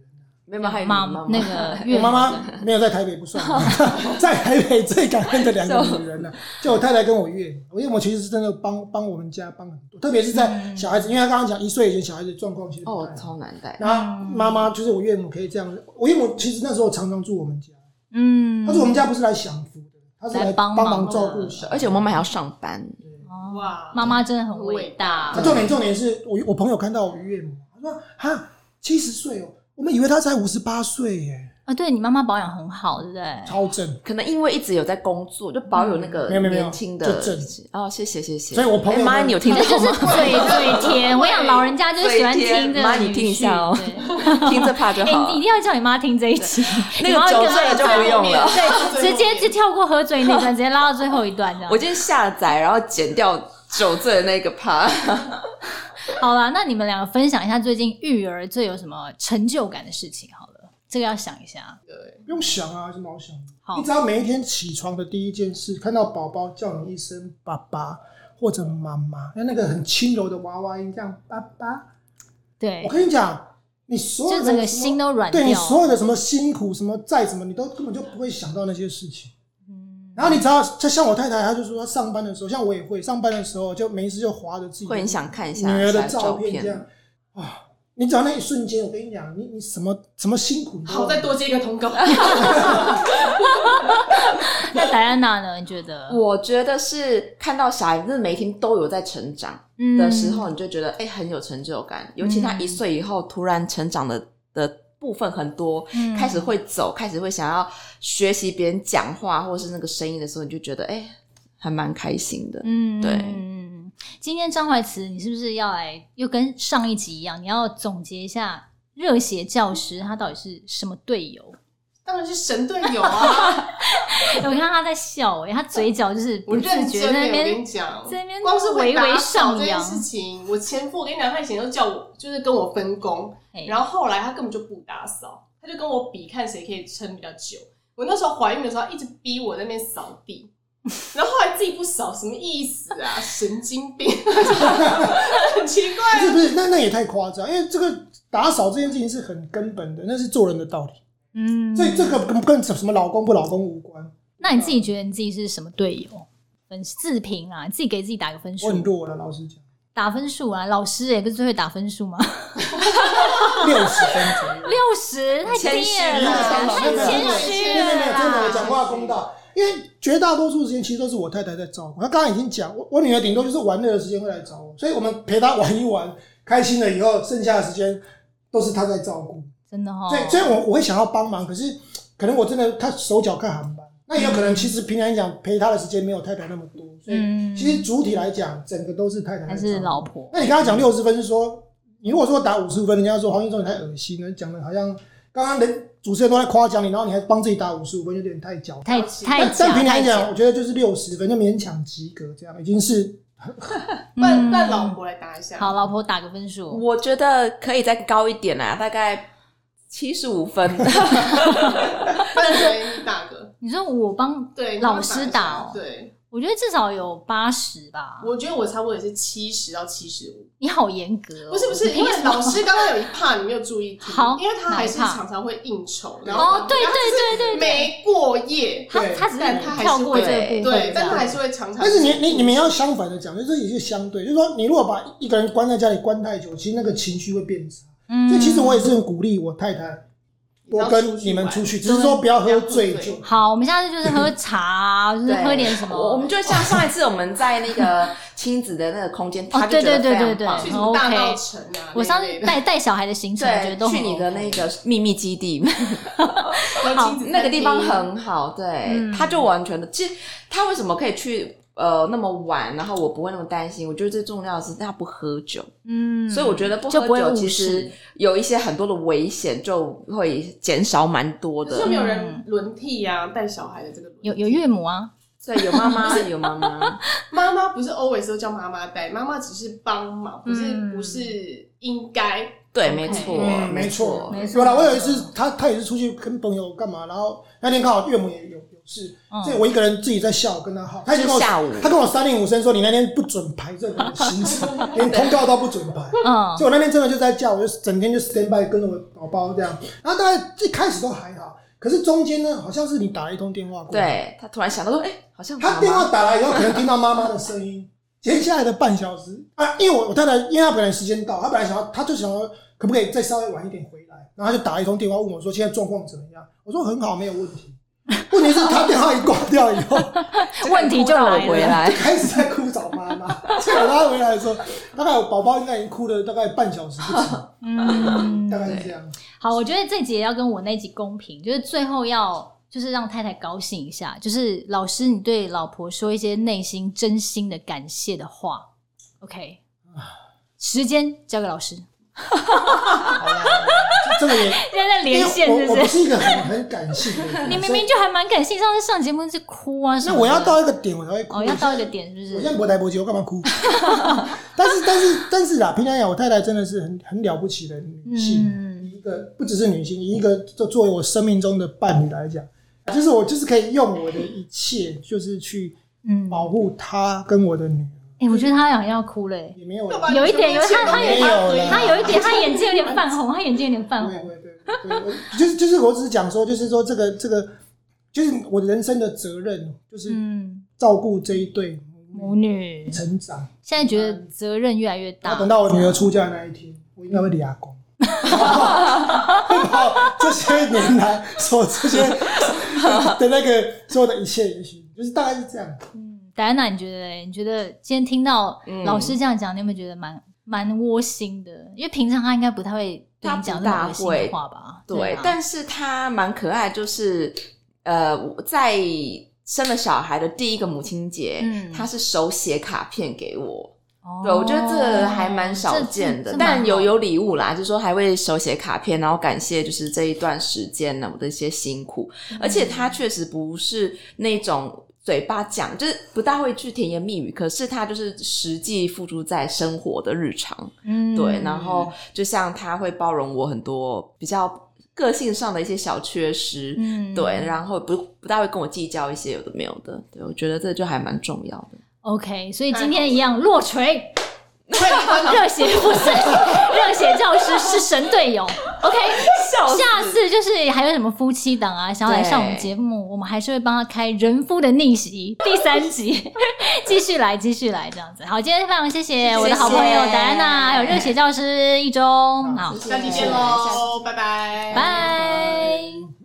C: 没有没有还有你
A: 妈
C: 妈妈
A: 那个岳
D: 我
A: 母
D: 妈妈没有在台北不算， [laughs] 在台北最感恩的两个女
C: [laughs]
D: 人了、就我太太跟我岳母。我岳母其实是真的帮帮我们家帮很多，特别是在小孩子，因为她刚刚讲一岁以前小孩子状况其实不
C: [laughs] 嗯哦
D: 太，好。
C: 超嗯难带，
D: 然后妈妈就是我岳母可以这样，我岳母其实那时候常常住我们家，
A: 嗯，
D: 她住我们家不是来享福的，她是
A: 来
D: 来
A: 帮
D: 帮
A: 忙
D: 忙照
A: 的
D: 顾小孩。
C: 而且我妈妈还要上班，
A: 哦
B: 哇
A: 妈妈真的很伟大
D: 啊，，重点重点是我我朋友看到我岳母，他说哈七十岁哦，我们以为她才五十八岁耶，
A: 啊！对你妈妈保养很好，对不
C: [laughs]
A: 对？
D: 超正。
C: 可能因为一直有在工作，就保有那个
D: 嗯没有没有没有
C: 年轻
D: 就
C: 的
D: 正。
C: 哦，谢谢谢谢。
D: 所以我朋友
C: 哎妈，
D: 呢
C: 你有听
D: [laughs]
C: 到
A: 就是
C: 吗？
A: 最最甜，我想老
C: [laughs]
A: 人家就是喜欢
C: 最
A: 听
C: 甜
A: 这个
C: 妈
A: 语序，
C: 你听一下哦
A: 对
C: 听这 [laughs] 怕就
A: 哎、
C: 好
A: [laughs] 你一定。要叫你妈听这一集，
C: 那
A: [laughs] 你妈
C: 个
A: 会
C: 酒
A: 跟
C: 醉
A: 她
C: 了就
A: 讲
C: 不用了。 [laughs]
A: 直接就跳过喝醉那段，直接拉到最后一段这样
C: 我。今天下载，然后剪掉酒醉的那个怕。
A: 好啦，那你们两个分享一下最近育儿最有什么成就感的事情好了，这个要想一下。
B: 对，
D: 不用想啊，有什么好想的？
A: 好
D: 你只要每一天起床的第一件事，看到宝宝叫你一声爸爸或者妈妈，那那个很轻柔的娃娃音，这样爸爸。
A: 对
D: 我，跟你讲，你所有
A: 哎就
D: 的
A: 整个
D: 什么
A: 心都软掉
D: 对
A: 了。
D: 你所有的什么辛苦、什么再怎么，你都根本就不会想到那些事情。
A: 嗯
D: 然后你只要就像我太太，她就说她上班的时候，像我也会上班的时候，就没事就划着自己
C: [laughs] 会很想看一
D: 女
C: 下
D: 儿的
C: 一下照
D: 片这样啊。你只要那一瞬间，我跟你讲，你你什么什么辛苦，你都
B: 好，再多接一个
A: [laughs]
B: 通告。
A: 那戴安娜呢？你觉得？
C: 我觉得是看到小孩子每天都有在成长
A: 嗯
C: 的时候，你就觉得哎、很有成就感。尤其他一岁以后突然成长的的部分很多，
A: 嗯
C: 开始会走，开始会想要学习别人讲话或是那个声音的时候，你就觉得哎、还蛮开心的。
A: 嗯，
C: 对
A: 嗯今天张怀慈，你是不是要来又跟上一集一样，你要总结一下热血教师他到底是什么队 [laughs] 友？哎
B: 当然是神队
A: [laughs]
B: 友啊！
A: 我看他在笑、欸，他嘴角就是
B: 我
A: 不自
B: 认
A: 觉
B: 真的，
A: 在那
B: 我跟
A: 边
B: 你讲，
A: 在那边
B: 光是
A: 微微
B: 会打扫
A: 上
B: 这件
A: 扬。
B: 事情，我前夫我跟你讲，他以前就叫我，就是跟我分工，
A: 嘿
B: 然后后来他根本就不打扫，他就跟我比看谁可以撑比较久。我那时候怀孕的时候，他一直逼我在那边扫地，然后后来自己不扫，什么意思啊？神经病， [laughs] 很奇怪啊。
D: 不是不是，那那也太夸张，因为这个打扫这件事情是很根本的，那是做人的道理。
A: 嗯，
D: 这这个跟跟什么老公不老公无关，
A: 那你自己觉得你自己是什么队友？分自评啊，自己给自己打个分
D: 我
A: 数，
D: 很弱了，老实
B: [laughs]
D: 讲，
A: 打分数啊，老师也不是最会打分数吗？
D: 六十分
B: [laughs]
D: 左
C: 嗯
A: [laughs]
D: 右。
A: 六十太
C: 谦
A: 低
C: 虚
A: 了啦，
C: 了
A: 太谦
D: 没
A: 虚
D: 有没有没
A: 了
D: 有，真的，我讲
A: 啦。
D: 话公道。因为绝大多数时间其实都是我太太在照顾，她刚刚已经讲，我我女儿顶多就是玩乐的时间会来找我，所以我们陪她玩一玩，开心了以后，剩下的时间都是她在照顾。
A: 真的哦哈、
D: 所以，虽然我我会想要帮忙，可是可能我真的她手脚看寒吧。那也有可能，其实平常讲陪她的时间没有太太那么多，所
A: 嗯
D: 以其实主体来讲，整个都是太太在
A: 还
D: 照
A: 是
D: 顾
A: 老婆，
D: 那你刚刚讲六十分是说，你如果说打五十五分，人家说黄俊忠你太恶心了，讲的好像刚刚人主持人都在夸奖你，然后你还帮自己打五十五分，有点太矫情。
A: 太太
D: 但但
A: 假
D: 平
A: 太
D: 常讲，
A: 假
D: 我。觉得就是六十分就勉强及格，这样已经是
B: 让让老婆来打一
A: 嗯
B: 下。
A: 好，老婆打个分数，
C: 我觉得可以再高一点啦，大概七十五 [laughs] 分。
B: 那谁你打个？
A: 你说我帮
B: 对，
A: 老师打
B: 你帮我
A: 哦，
B: 对，
A: 我觉得至少有八十吧。
B: 我觉得我差不多也是七十到七十五。
A: 你好严格、哦，
B: 不是不是，因为
A: [laughs]
B: 老师刚刚有一怕你没有注意听，
A: 好
B: 因为他还是
A: 哪一 part？
B: 常常会应酬，然后
A: 哦，对对对对对，
B: 没过夜，
A: 他
D: 对
A: 他只
B: 但他
A: 是
B: 还是
A: 跳过这个部分，
B: 对，但他还
A: 是
B: 是会常常。
D: 但是你你你们要相反的讲，就是这也是相对，就是说你如果把一个人关在家里关太久，其实那个情绪会变差。
A: 嗯
D: 所以其实我也是很鼓励我太太多跟你们出去，只是说不要喝醉酒。
A: 好，我们下次就是喝茶啊，就是
C: 对
A: 喝点什么，
C: 我我们就像上一次我们在那个亲子的那个空间，
A: 哦
C: 他就觉得
A: 对对
C: 非
A: 对
C: 常
A: 对
B: 去
C: 棒
A: 对。哦
B: 什么大
A: OK
B: 道城啊，
A: 我上
B: 那一
A: 次
B: 类的
A: 带带小孩的行程，我觉得
C: 对，
A: 都很
C: 去你的那
A: OK
C: 个秘密基
A: [laughs]
C: 地，
B: [laughs] 和亲子
C: 那个地方
B: 餐厅
C: 很好。对
A: 嗯，
C: 他就完全的，其实他为什么可以去呃那么晚，然后我不会那么担心。我觉得最重要的是他不喝酒，
A: 嗯，
C: 所以我觉得不
A: 就不
C: 喝
A: 会
C: 酒
A: 误
C: 其
A: 事
C: 实有一些很多的危险就会减少蛮多
B: 可是
A: [laughs]
C: 的
B: 没。有人轮替啊，带小孩的这个轮替
A: 有有岳母啊，
C: 对，有妈妈， [laughs] 有妈妈，
B: 妈妈不是 always 都叫妈妈带，妈妈只是帮忙，不是
A: 嗯
B: 不是应该
C: 对
A: OK
C: 没错，
D: 嗯，没
C: 错
D: 错，，
A: 没错
D: 有啦，我有一次，他他也是出去跟朋友干嘛，然后那天刚好岳母也有有事，
A: 嗯
D: 所以我一个人自己在下午跟他耗，他已经跟我
C: 是下午
D: 他跟我三令五申说你那天不准排任何
A: [laughs]
D: 行程，连通告都不准排。
A: 嗯
C: [laughs]
D: 所以我那天真的就在家，我就整天就 stand by 跟着我宝宝这样，然后大概一开始都还好，可是中间呢，好像是你打了一通电话过来，
C: 对他突然想到说，哎、好像
D: [laughs] 他
C: 妈
D: 电
C: 妈
D: 话打来以后，可能听到妈妈的声音。接下来的半小时啊，因为我我太太，因为她本来时间到，她本来想要，她就想要可不可以再稍微晚一点回来，然后她就打了一通电话问我说现在状况怎么样？我说很好，没有问
A: [laughs]
D: 题。问题是她电话一挂掉以后，
A: 问题就
C: 哭到
A: 来
C: 我回
A: 了。
C: 来
D: 就，开始在哭找妈妈。结果她回来的时候，大概我宝宝应该已经哭了大概半小时不止，
A: [laughs] 嗯
D: 大，概是这样。
A: 好，我觉得这集也要跟我那集公平，就是最后要就是让太太高兴一下，就是老师你对老婆说一些内心真心的感谢的话。OK，时间交给老师，
D: 好啦这这个也
A: 现在连线
D: 因为
A: 是
D: 哎
A: 不
D: 我我不
A: 是？
D: 是一个很很感性的人，
A: [laughs] 你明
D: 所以
A: 明就还蛮感性，上次上节目就哭啊什
D: 那
A: 么的
D: 我要到一个点我才会哭，
A: 哦，要到一个点是
D: 我
A: 不
D: 现在
A: 是？
D: 博台博去，我干嘛哭？ [laughs] 但是但是但是啦，平常讲，我太太真的是很很了不起的女性，
A: 嗯
D: 以一个不只是女性，以一个作作为我生命中的伴侣来讲，就是我就是可以用我的一切，就是去
A: 嗯，
D: 保护她跟我的女儿，
A: 哎、我觉得他好像要哭了、
D: 也没有
B: 要不然
A: 有一点
B: 你就
A: 有他他有
B: 没有
D: 一点
B: 了
A: 他有一点，他眼睛有点泛红，他眼睛有点泛
D: 对
A: 红。
D: 对对对，我就是就是我只是讲说，就是说这个这个就是我人生的责任，就是
A: 嗯，
D: 照顾这一对母
A: 母女
D: 女成长。
A: 现在觉得责任越来越大
D: 然后。哦等到我女儿出嫁的那一天，我应该会立阿公。 [laughs] 把这些年来所这些 [laughs] 的那个所有的一切，也许就是大概是这样。
A: 嗯，戴安娜，你觉得嘞？你觉得今天听到
C: 嗯
A: 老师这样讲，你有没有觉得蛮蛮窝心的？因为平常他应该不太会对你讲这么窝心的话吧？
C: 对，
A: 吧
C: 但是他蛮可爱，就是呃，我在生了小孩的第一个母亲节，
A: 嗯
C: 他是手写卡片给我，
A: 哦
C: 对我觉得这还蛮少见的，
A: 这这这蛮好
C: 但有有礼物啦，就是说还会手写卡片，然后感谢就是这一段时间呢我的一些辛苦，
A: 嗯
C: 而且他确实不是那种。嘴巴讲就是不大会去甜言蜜语，可是他就是实际付诸在生活的日常，
A: 嗯
C: 对，然后就像他会包容我很多比较个性上的一些小缺失，
A: 嗯
C: 对，然后不不大会跟我计较一些有的没有的，对我觉得这就还蛮重要的。
A: OK，所以今天一样落
C: [laughs]
A: 锤。
B: 对
A: 热血不是热血教师是神队友，OK。
C: 笑
A: 下次哦就是还有什么夫妻档啊，想要来上我们节目，我们还是会帮他开《人夫的逆 [laughs] 袭》第三集，继续来，继续来这样子。好，今天非常谢谢我的好朋友
C: 谢谢
A: 戴安娜，还有热血教师一中，好，
D: 谢谢
B: 下期见喽，拜拜，
A: 拜。